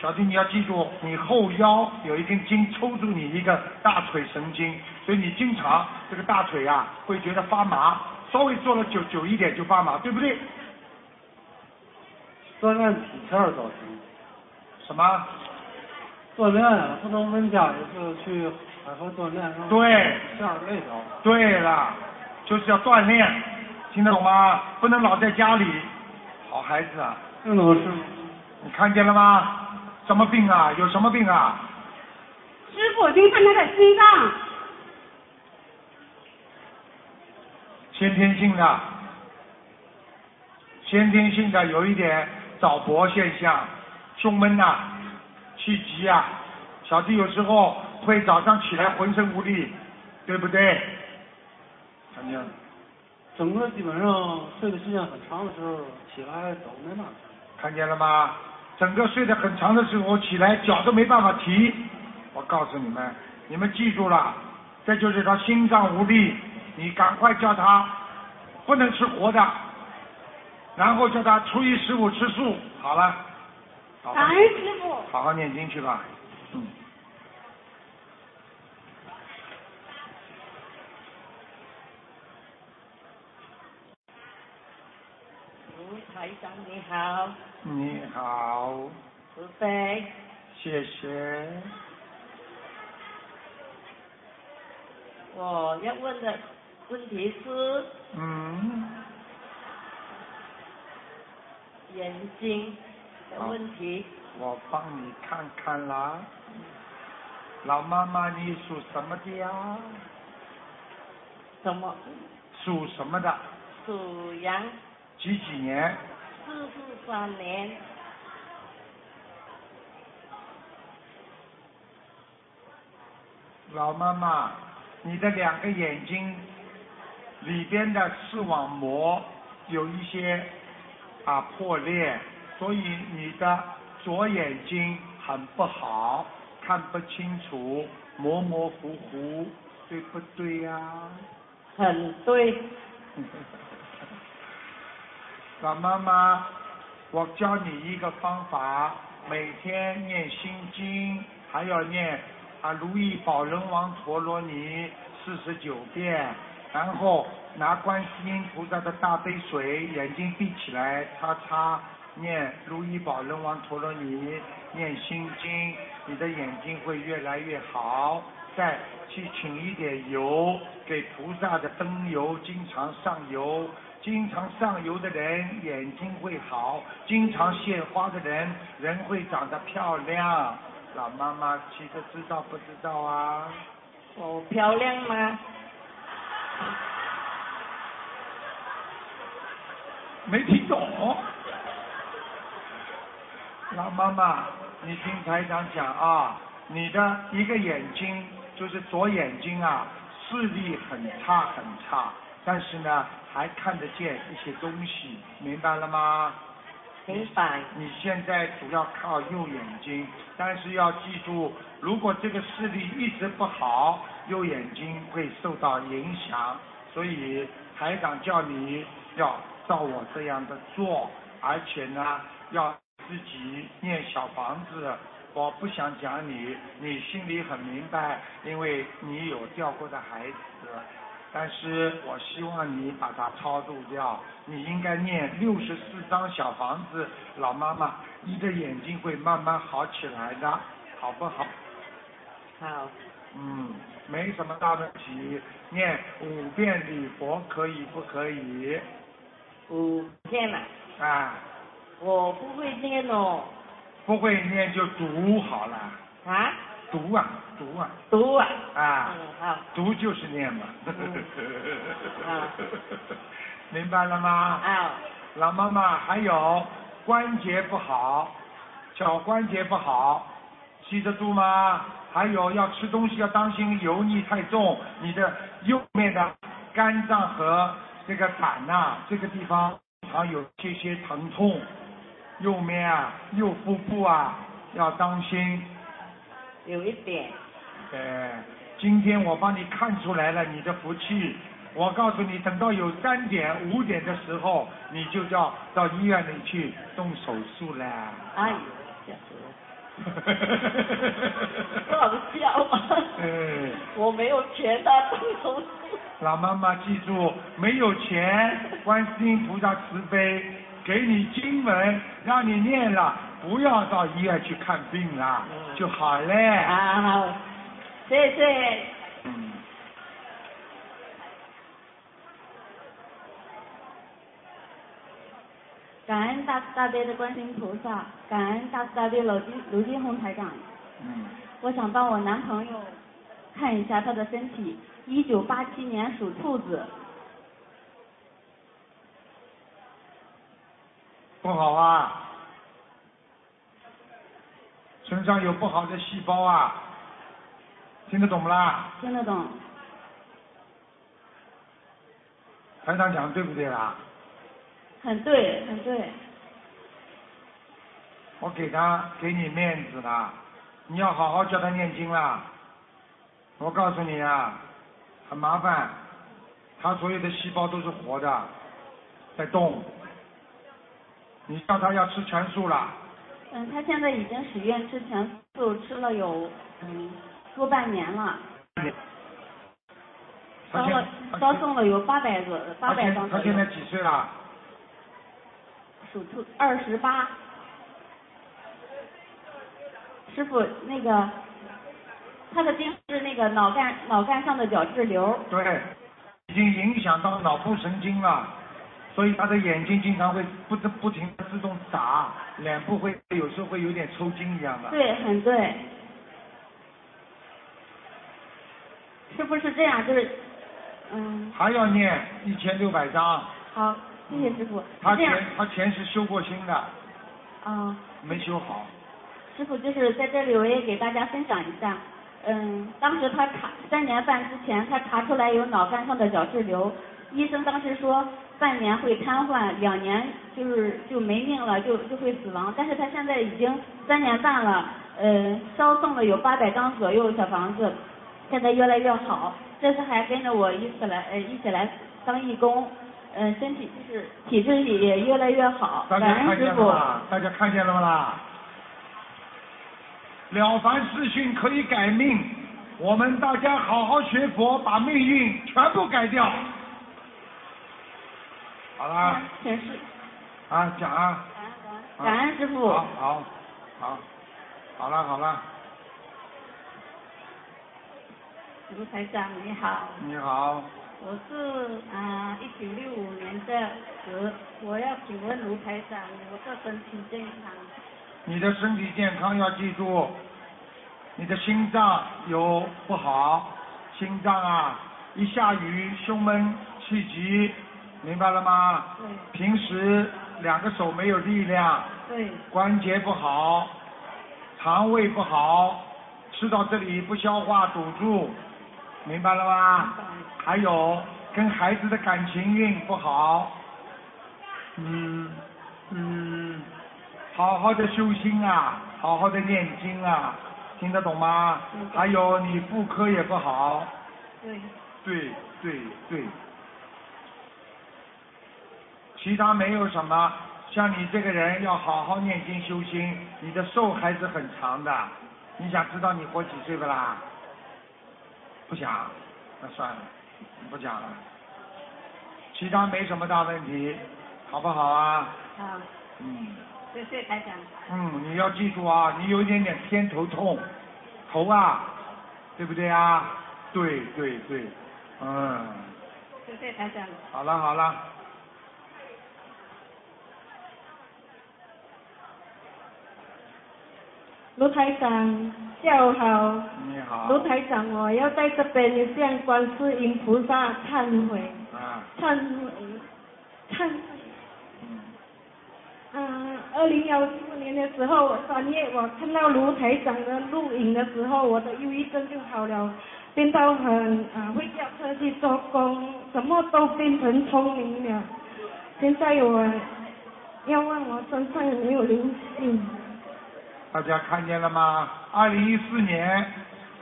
S1: 小弟，你要记住，你后腰有一根筋抽住你一个大腿神经，所以你经常这个大腿啊会觉得发麻，稍微坐了久久一点就发麻，对不对？
S4: 锻炼体壳儿都行。
S1: 什么？
S4: 锻炼啊不能温家也是去海河锻炼，让
S1: 对
S4: 下边累着。
S1: 对了，就是要锻炼，听得懂吗？不能老在家里。好孩子啊，
S4: 听懂师傅？
S1: 你看见了吗？什么病啊？有什么病啊？
S2: 师傅您看他的心脏，
S1: 先天性的，先天性的有一点早搏现象，胸闷呐、气急啊。小弟有时候会早上起来浑身无力，对不对？看见了。
S4: 整个基本上睡的时间很长的时候，起来都没嘛事儿。
S1: 看见了吗？整个睡得很长的时候，我起来脚都没办法提。我告诉你们，你们记住了，这就是他心脏无力。你赶快叫他不能吃活的，然后叫他初一十五吃素。好了，好吧
S2: 感恩师傅，
S1: 好好念经去吧。嗯。
S5: 卢台长你好，
S1: 你好，
S5: 慈悲，
S1: 谢谢。
S5: 我要问的问题是
S1: 嗯，
S5: 眼睛的问题，
S1: 我帮你看看啦。老妈妈，你属什么的呀？
S5: 什么
S1: 属什么的？
S5: 属羊，
S1: 几几年？
S5: 四四三年，
S1: 老妈妈，你的两个眼睛里边的视网膜有一些啊破裂，所以你的左眼睛很不好，看不清楚，模模糊糊，对不对呀、
S5: 很对，
S1: 老妈妈，我教你一个方法，每天念心经，还要念啊如意宝轮王陀罗尼四十九遍，然后拿观世音菩萨的大杯水，眼睛闭起来，擦擦，念如意宝轮王陀罗尼，念心经，你的眼睛会越来越好。再去请一点油给菩萨的灯油，经常上油。经常上油的人眼睛会好，经常献花的人人会长得漂亮。老妈妈，其实知道不知道啊？
S5: 我漂亮吗？
S1: 没听懂。老妈妈，你听台长讲啊，你的一个眼睛就是左眼睛啊，视力很差很差，但是呢还看得见一些东西，明白了吗？
S5: 明白。
S1: 你现在主要靠右眼睛，但是要记住，如果这个视力一直不好，右眼睛会受到影响。所以台长叫你要照我这样的做，而且呢，要自己念小房子。我不想讲你，你心里很明白，因为你有掉过的孩子。但是我希望你把它超度掉。你应该念六十四张小房子，老妈妈，你的眼睛会慢慢好起来的，好不好？
S5: 好，
S1: 嗯，没什么大问题。念五遍礼佛可以不可以？
S5: 五遍了，
S1: 啊，
S5: 我不会念哦。
S1: 不会念就读好了，
S5: 啊？
S1: 读啊读啊
S5: 读啊。
S1: 啊，
S5: 嗯，好，
S1: 读就是念嘛。
S5: 啊
S1: 明白了吗？
S5: 好，
S1: 老妈妈，还有关节不好，脚关节不好，记得住吗？还有要吃东西要当心油腻太重，你的右面的肝脏和这个胆呐、这个地方经常有些些疼痛，右面啊右腹部啊要当心。
S5: 有一点。
S1: 对，呃今天我帮你看出来了你的福气。我告诉你，等到有三点、五点的时候，你就要到医院里去动手术了。
S5: 哎呦，吓死我！
S1: 哈
S5: 搞笑吗？
S1: 嗯，
S5: 我没有钱啊，当头
S1: 老妈妈记住，没有钱，观世音菩萨慈悲，给你经文，让你念了，不要到医院去看病了，就好嘞。
S5: 啊，好，谢谢。
S1: 嗯，
S2: 感恩大慈大悲的观世音菩萨，感恩大慈大悲卢金卢金红台长。
S1: 嗯，
S2: 我想帮我男朋友看一下他的身体，一九八七年属兔子，
S1: 不好啊，身上有不好的细胞啊，听得懂不啦？
S2: 听得懂？
S1: 台长讲对不对啊啦？
S2: 很对，很对。
S1: 我给他给你面子啦，你要好好教他念经啦。我告诉你啊，很麻烦，他所有的细胞都是活的，在动。你叫他要吃全素啦，
S2: 嗯，他现在已经许愿吃全素，吃了有嗯多半年了，
S1: 他
S2: 烧
S1: 现
S2: 了
S1: 他
S2: 烧
S1: 现
S2: 送了有八百个八
S1: 他
S2: 百
S1: 现
S2: 张
S1: 他
S2: 左
S1: 现
S2: 右
S1: 在，几岁啦？
S2: 属兔二十八。师傅，那个他的病是那个脑干脑干上的角质瘤，
S1: 对，已经影响到脑部神经了，所以他的眼睛经常会不自不停的自动眨，脸部会有时候会有点抽筋一样的。
S2: 对，很对。是不是这样？就是，嗯，
S1: 还要念一千六百张，
S2: 好，谢谢师傅。
S1: 他
S2: 是这样
S1: 前他前世修过心的，
S2: 啊。
S1: 没修好。
S2: 师傅，就是在这里我也给大家分享一下，嗯，当时他查三年半之前，他查出来有脑干上的角质瘤，医生当时说半年会瘫痪，两年就是就没命了，就就会死亡。但是他现在已经三年半了，呃，烧送了有八百张左右小房子，
S11: 现在越来越好。这次还跟着我一起来，呃，一起来当义工，嗯、
S2: 呃
S11: 身体就是体质也越来越好。
S1: 大
S11: 感
S1: 家
S11: 恩
S1: 看
S11: 师
S1: 见了
S11: 傅，
S1: 吗？大家看见了吗啦？了凡四训可以改命，我们大家好好学佛，把命运全部改掉。好啦，
S11: 请师，
S1: 啊，讲啊，啊
S11: 感恩师傅。
S1: 好，好，好，好了，好了，
S5: 卢台长你好，
S1: 你好，
S5: 我是啊一九六五年的蛇，我要请问卢台长，我的身体健康，
S1: 你的身体健康要记住，你的心脏有不好，心脏啊，一下雨胸闷气急，明白了吗？平时两个手没有力量，
S5: 对
S1: 关节不好，肠胃不好，吃到这里不消化堵住，明白了吗？还有跟孩子的感情运不好，嗯嗯，好好的修心啊，好好的念经啊，听得懂吗？还有你妇科也不好，
S5: 对
S1: 对对对，其他没有什么。像你这个人要好好念经修心，你的寿还是很长的。你想知道你活几岁不啦？不想，那算了，不讲了。其他没什么大问题，好不好啊？
S5: 好，
S1: 嗯
S5: 谢谢台长，
S1: 嗯，你要记住啊，你有一点点偏头痛，头啊，对不对啊？对对对，嗯，
S5: 谢谢台长，
S1: 好了好了。
S2: 卢台长，下午好。
S1: 你好。
S2: 卢台长，我要在这边向观世音菩萨忏悔，
S1: 啊，
S2: 忏悔，忏悔。嗯，二零幺四年的时候，三月我看到卢台长的录影的时候，我的忧郁症就好了，变到很啊、会驾车去做工，什么都变成聪明了。现在我要问我身上有没有灵性？
S1: 大家看见了吗？二零一四年，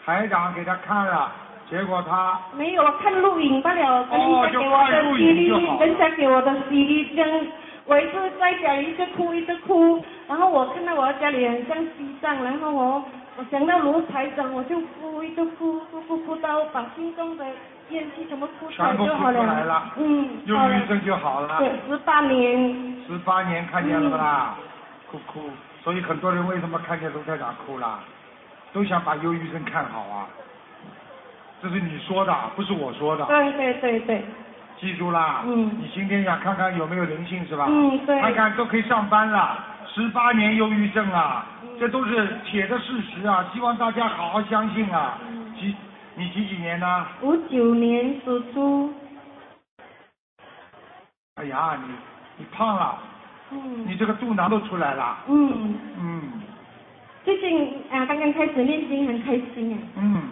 S1: 台长给他看了，结果他
S2: 没有，我看录影罢了。
S1: 哦
S2: 人家给
S1: 就
S2: 我
S1: 看
S2: 的
S1: 录
S2: CD，
S1: 影哦就好
S2: 人家给我的 CD 扔，我一直在家里一直哭一直哭，然后我看到我家里很像西藏，然后我我想到卢台长，我就哭一直哭哭哭哭到把心中的怨气全部哭出来
S1: 全部
S2: 就
S1: 哭
S2: 好
S1: 出来了，
S2: 嗯，
S1: 忧
S2: 好了
S1: 郁，症就好了。
S2: 对，十八年，
S1: 十八年看见了不啦？哭哭，所以很多人为什么看见卢台长哭啦？都想把忧郁症看好啊。这是你说的，不是我说的。
S2: 对对对对，
S1: 记住啦。
S2: 嗯。
S1: 你今天想看看有没有灵性是吧？
S2: 嗯对
S1: 看看都可以上班了，十八年忧郁症啊，
S2: 嗯
S1: 这都是铁的事实啊，希望大家好好相信啊。
S2: 嗯
S1: 几，你几几年呢？
S2: 五九年属猪，
S1: 哎呀，你你胖了，
S2: 嗯
S1: 你这个肚腩都出来了。
S2: 嗯，
S1: 嗯
S2: 最近啊刚刚开始念经，很开心啊，
S1: 嗯，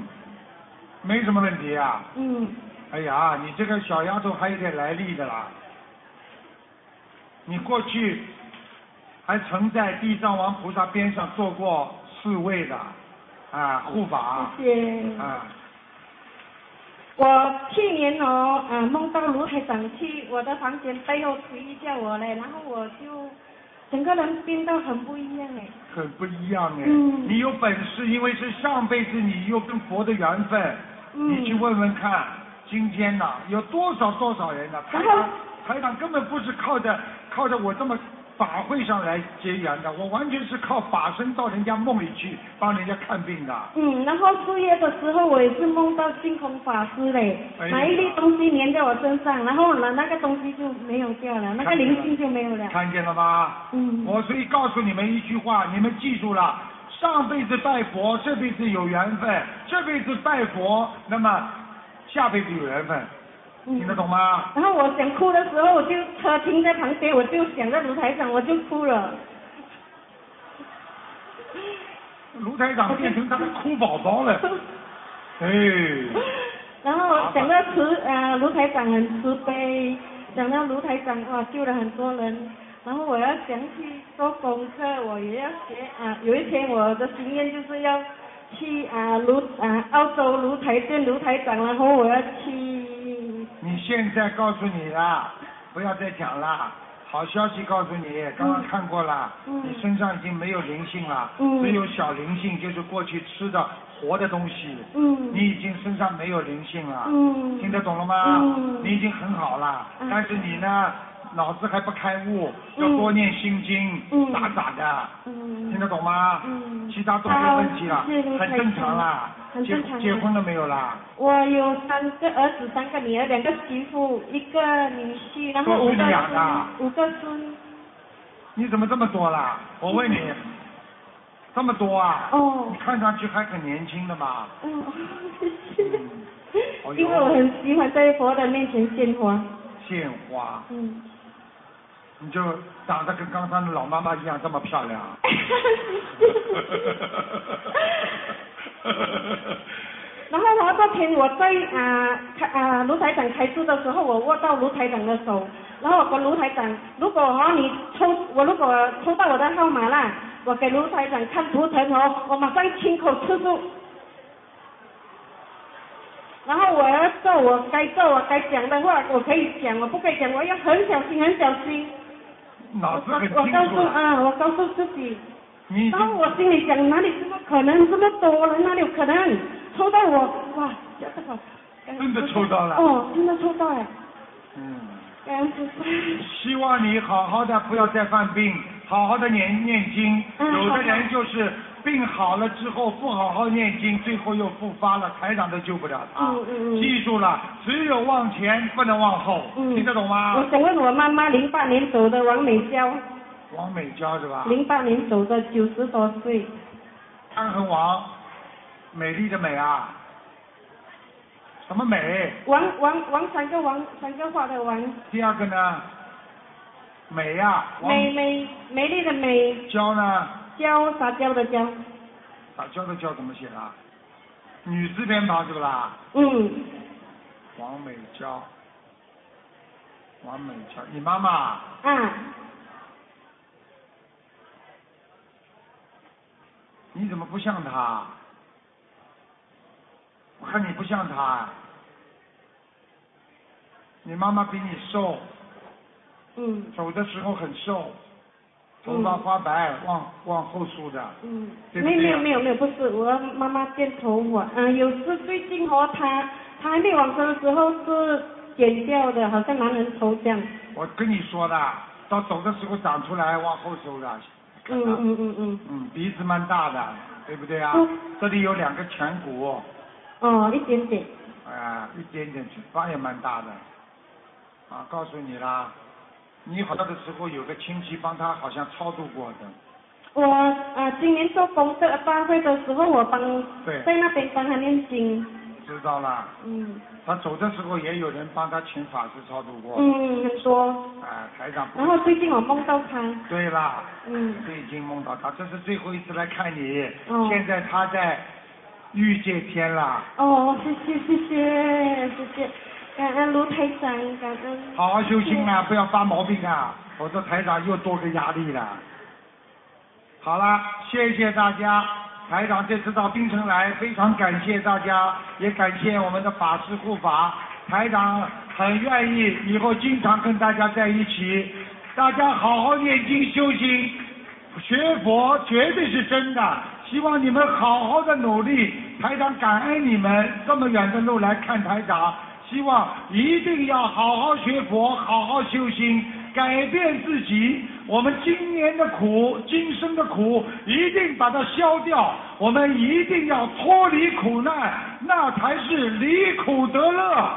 S1: 没什么问题啊。
S2: 嗯。
S1: 哎呀，你这个小丫头还有点来历的啦。你过去还曾在地藏王菩萨边上做过侍卫的，啊，护法。
S2: 谢谢。
S1: 啊，
S2: 我去年哦，呃，梦到卢台长去我的房间背后推一下我嘞，然后我就整个人变得很不一样哎。
S1: 很不一样哎。
S2: 嗯
S1: 你有本事，因为是上辈子你又跟佛的缘分，
S2: 嗯
S1: 你去问问看，今天呐、有多少多少人呐、台长台长根本不是靠着靠着我这么法会上来结缘的，我完全是靠法身到人家梦里去帮人家看病的。
S2: 嗯，然后四月的时候我也是梦到净空法师嘞，
S1: 哎呀
S2: 拿一粒东西粘在我身上，然后呢那个东西就没有掉了，那个灵性就没有了。
S1: 看见了吗？
S2: 嗯。
S1: 我所以告诉你们一句话，你们记住了。上辈子拜佛，这辈子有缘分；这辈子拜佛，那么下辈子有缘分，听得懂吗？
S2: 嗯然后我想哭的时候，我就车停在旁边，我就想着卢台长，我就哭了。
S1: 卢台长变成他的哭宝宝了，哎，
S2: 然后想到慈呃卢台长很慈悲，想到卢台长哇救了很多人，然后我要详细做功课，我也要学啊、有一天我的心愿就是要去啊卢啊澳洲卢台见卢台长，然后我要去
S1: 你现在告诉你啦，不要再讲啦。好消息告诉你，刚刚看过了，
S2: 嗯
S1: 你身上已经没有灵性了，
S2: 嗯
S1: 只有小灵性，就是过去吃的活的东西。
S2: 嗯
S1: 你已经身上没有灵性了，
S2: 嗯
S1: 听得懂了吗？
S2: 嗯
S1: 你已经很好了，
S2: 嗯
S1: 但是你呢，脑子还不开悟，要
S2: 嗯
S1: 多念心经，
S2: 嗯
S1: 傻傻的，
S2: 嗯
S1: 听得懂吗？
S2: 嗯啊
S1: 其他都没有问题了
S2: 好谢谢，
S1: 很正常啦。
S2: 很
S1: 结
S2: 正常
S1: 结婚了没有啦？
S2: 我有三个儿子，三个女儿，两个媳妇，一个女婿，然后
S1: 都
S2: 五
S1: 是啊
S2: 个
S1: 你养的
S2: 孙，五个孙。
S1: 你怎么这么多啦？我问你，这么多啊？
S2: 嗯哦。
S1: 你看上去还很年轻的嘛。
S2: 嗯，
S1: 哦哟
S2: 因为我很喜欢在佛的面前献花。
S1: 献花，
S2: 嗯，
S1: 你就长得跟刚刚的老妈妈一样这么漂亮。
S2: 哎然后呢，那天我在啊开啊卢台长开示的时候，我握到卢台长的手，然后我跟卢台长，如果哈、你抽我如果抽到我的号码啦，我给卢台长看图腾哦，我马上亲口吃住。然后我要做我该做我该讲的话，我可以讲，我不可以讲，我要很小心很小心。
S1: 脑子
S2: 我
S1: 很
S2: 我
S1: 清
S2: 告
S1: 楚
S2: 诉
S1: 了。
S2: 啊，我告诉自己。
S1: 你已
S2: 然后
S1: 经
S2: 我心里想，哪里这么可能这么多人，哪里有可能抽到我？哇，这个
S1: 真的抽到了。
S2: 哦，真的抽到了，
S1: 嗯。
S2: 感恩菩萨。
S1: 希望你好好的，不要再犯病，好好的念念经。
S2: 嗯
S1: 有
S2: 好
S1: 的
S2: 的
S1: 人就是病好了之后不好好念经，最后又复发了，台长都救不了他。
S2: 嗯嗯嗯
S1: 记住了，只有往前，不能往后，听得懂吗
S2: 我？想问我妈妈，零八年走的王美娇，
S1: 啊王美娇是吧？
S2: 零八年走的，九十多岁，
S1: 潘恒王，美丽的美啊，什么美？
S2: 王王王三个王三个花的王，
S1: 第二个呢？美呀、王
S2: 美美美丽的美，
S1: 娇呢？
S2: 娇撒娇的娇，
S1: 啊，娇的娇怎么写啊？女字边旁是不啦？
S2: 嗯，
S1: 王美娇，王美娇，你妈妈
S2: 啊，
S1: 你怎么不像她？我看你不像她，你妈妈比你瘦，
S2: 嗯
S1: 走的时候很瘦，头发花白，往往后梳的，
S2: 嗯，
S1: 对不
S2: 没
S1: 对啊
S2: 没有没有没有，不是我妈妈剪头发，嗯、有时最近和她她还没往生的时候是剪掉的，好像男人头这样，
S1: 我跟你说的，到走的时候长出来，往后梳的，
S2: 嗯嗯嗯嗯，
S1: 嗯，鼻子蛮大的，对不对啊？
S2: 嗯
S1: 这里有两个颧骨，
S2: 哦，一点点，
S1: 啊，一点点嘴巴也蛮大的，啊，告诉你啦，你好的时候有个亲戚帮他好像超度过的，
S2: 我啊、今年做功德大会的时候，我帮
S1: 对
S2: 在那边帮他念经，
S1: 知道啦，
S2: 嗯
S1: 他走的时候也有人帮他请法师超度过，
S2: 嗯很多。
S1: 啊，台长不，
S2: 然后最近我梦到他，
S1: 对啦，
S2: 嗯
S1: 这已经梦到他，这是最后一次来看你，
S2: 哦
S1: 现在他在欲界天啦，
S2: 哦，谢谢谢谢谢谢，感恩卢台长，感恩。
S1: 好好修心啊，不要发毛病啊，否则台长又多个压力了。好了，谢谢大家，台长这次到槟城来，非常感谢大家，也感谢我们的法师护法，台长很愿意以后经常跟大家在一起，大家好好念经修心，学佛绝对是真的，希望你们好好的努力。台长感恩你们这么远的路来看台长，希望一定要好好学佛，好好修心，改变自己。我们今年的苦，今生的苦，一定把它消掉。我们一定要脱离苦难，那才是离苦得乐。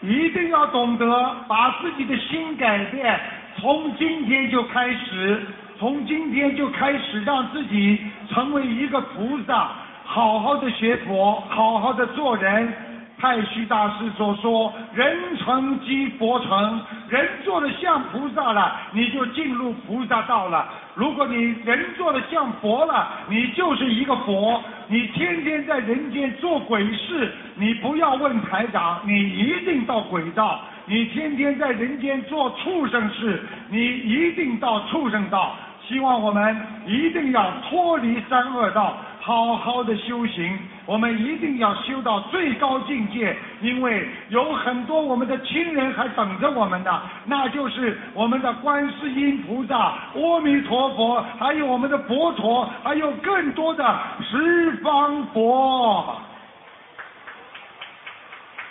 S1: 一定要懂得把自己的心改变，从今天就开始，从今天就开始让自己成为一个菩萨，好好的学佛，好好的做人。太虚大师所说：“人成即佛成，人做的像菩萨了，你就进入菩萨道了；如果你人做的像佛了，你就是一个佛。你天天在人间做鬼事，你不要问台长，你一定到鬼道；你天天在人间做畜生事，你一定到畜生道。希望我们一定要脱离三恶道，好好的修行。我们一定要修到最高境界，因为有很多我们的亲人还等着我们呢，那就是我们的观世音菩萨、阿弥陀佛，还有我们的佛陀，还有更多的十方佛。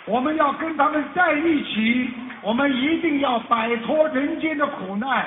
S1: 我们要跟他们在一起，我们一定要摆脱人间的苦难。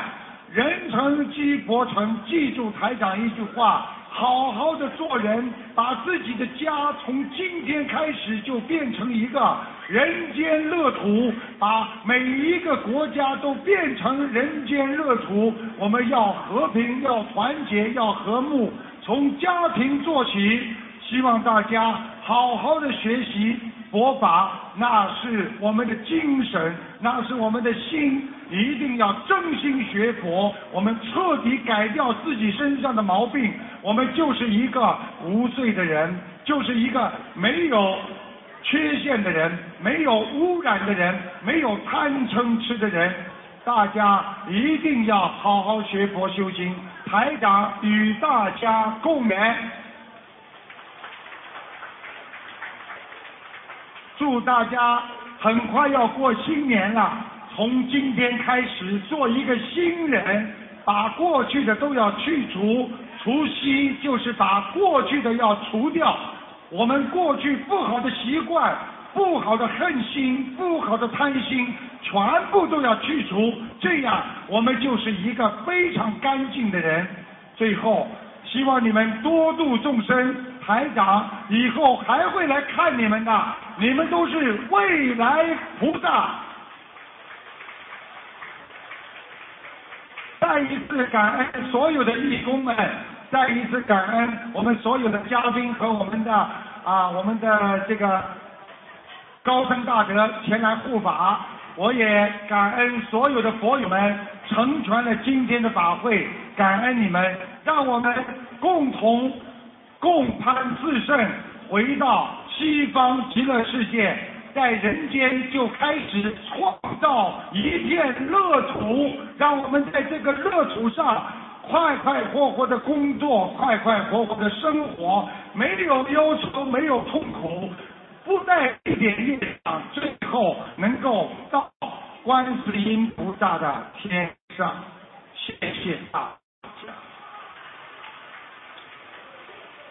S1: 人成即佛成，记住台长一句话：好好的做人，把自己的家从今天开始就变成一个人间乐土，把每一个国家都变成人间乐土。我们要和平，要团结，要和睦，从家庭做起。希望大家好好的学习佛法，那是我们的精神，那是我们的心，一定要真心学佛。我们彻底改掉自己身上的毛病，我们就是一个无罪的人，就是一个没有缺陷的人，没有污染的人，没有贪嗔痴的人。大家一定要好好学佛修心。台长与大家共勉。祝大家很快要过新年了，从今天开始做一个新人，把过去的都要去除。除夕就是把过去的要除掉，我们过去不好的习惯、不好的恨心、不好的贪心，全部都要去除。这样我们就是一个非常干净的人。最后，希望你们多度众生。台长以后还会来看你们的，你们都是未来菩萨。再一次感恩所有的义工们，再一次感恩我们所有的嘉宾和我们的啊，我们的这个高僧大德前来护法。我也感恩所有的佛友们成全了今天的法会，感恩你们，让我们共同。共攀自胜，回到西方极乐世界，在人间就开始创造一片乐土，让我们在这个乐土上快快活活的工作，快快活活的生活，没有忧愁，没有痛苦，不带一点业障，最后能够到观世音菩萨的天上。谢谢大家。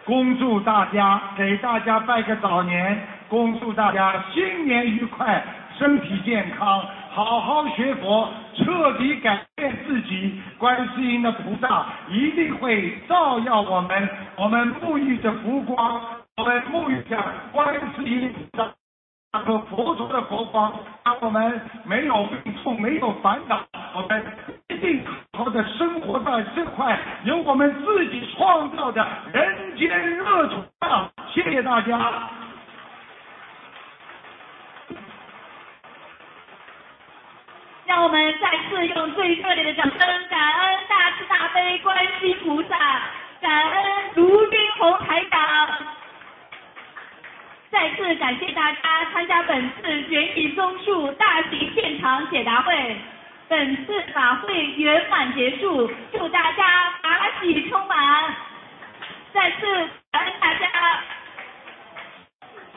S1: 恭祝大家，给大家拜个早年，恭祝大家新年愉快，身体健康，好好学佛，彻底改变自己。观世音的菩萨一定会照耀我们，我们沐浴着佛光，我们沐浴着观世音菩萨。那个佛陀的佛光，让我们没有病痛，没有烦恼，我们一定好好的生活在这块由我们自己创造的人间乐土上。谢谢大家。
S12: 让我们再次用最热烈的掌声，感恩大慈大悲观世音菩萨，感恩卢军红台长。再次感谢大家参加本次悬疑综述大型现场解答会，本次法会圆满结束，祝大家法喜充满。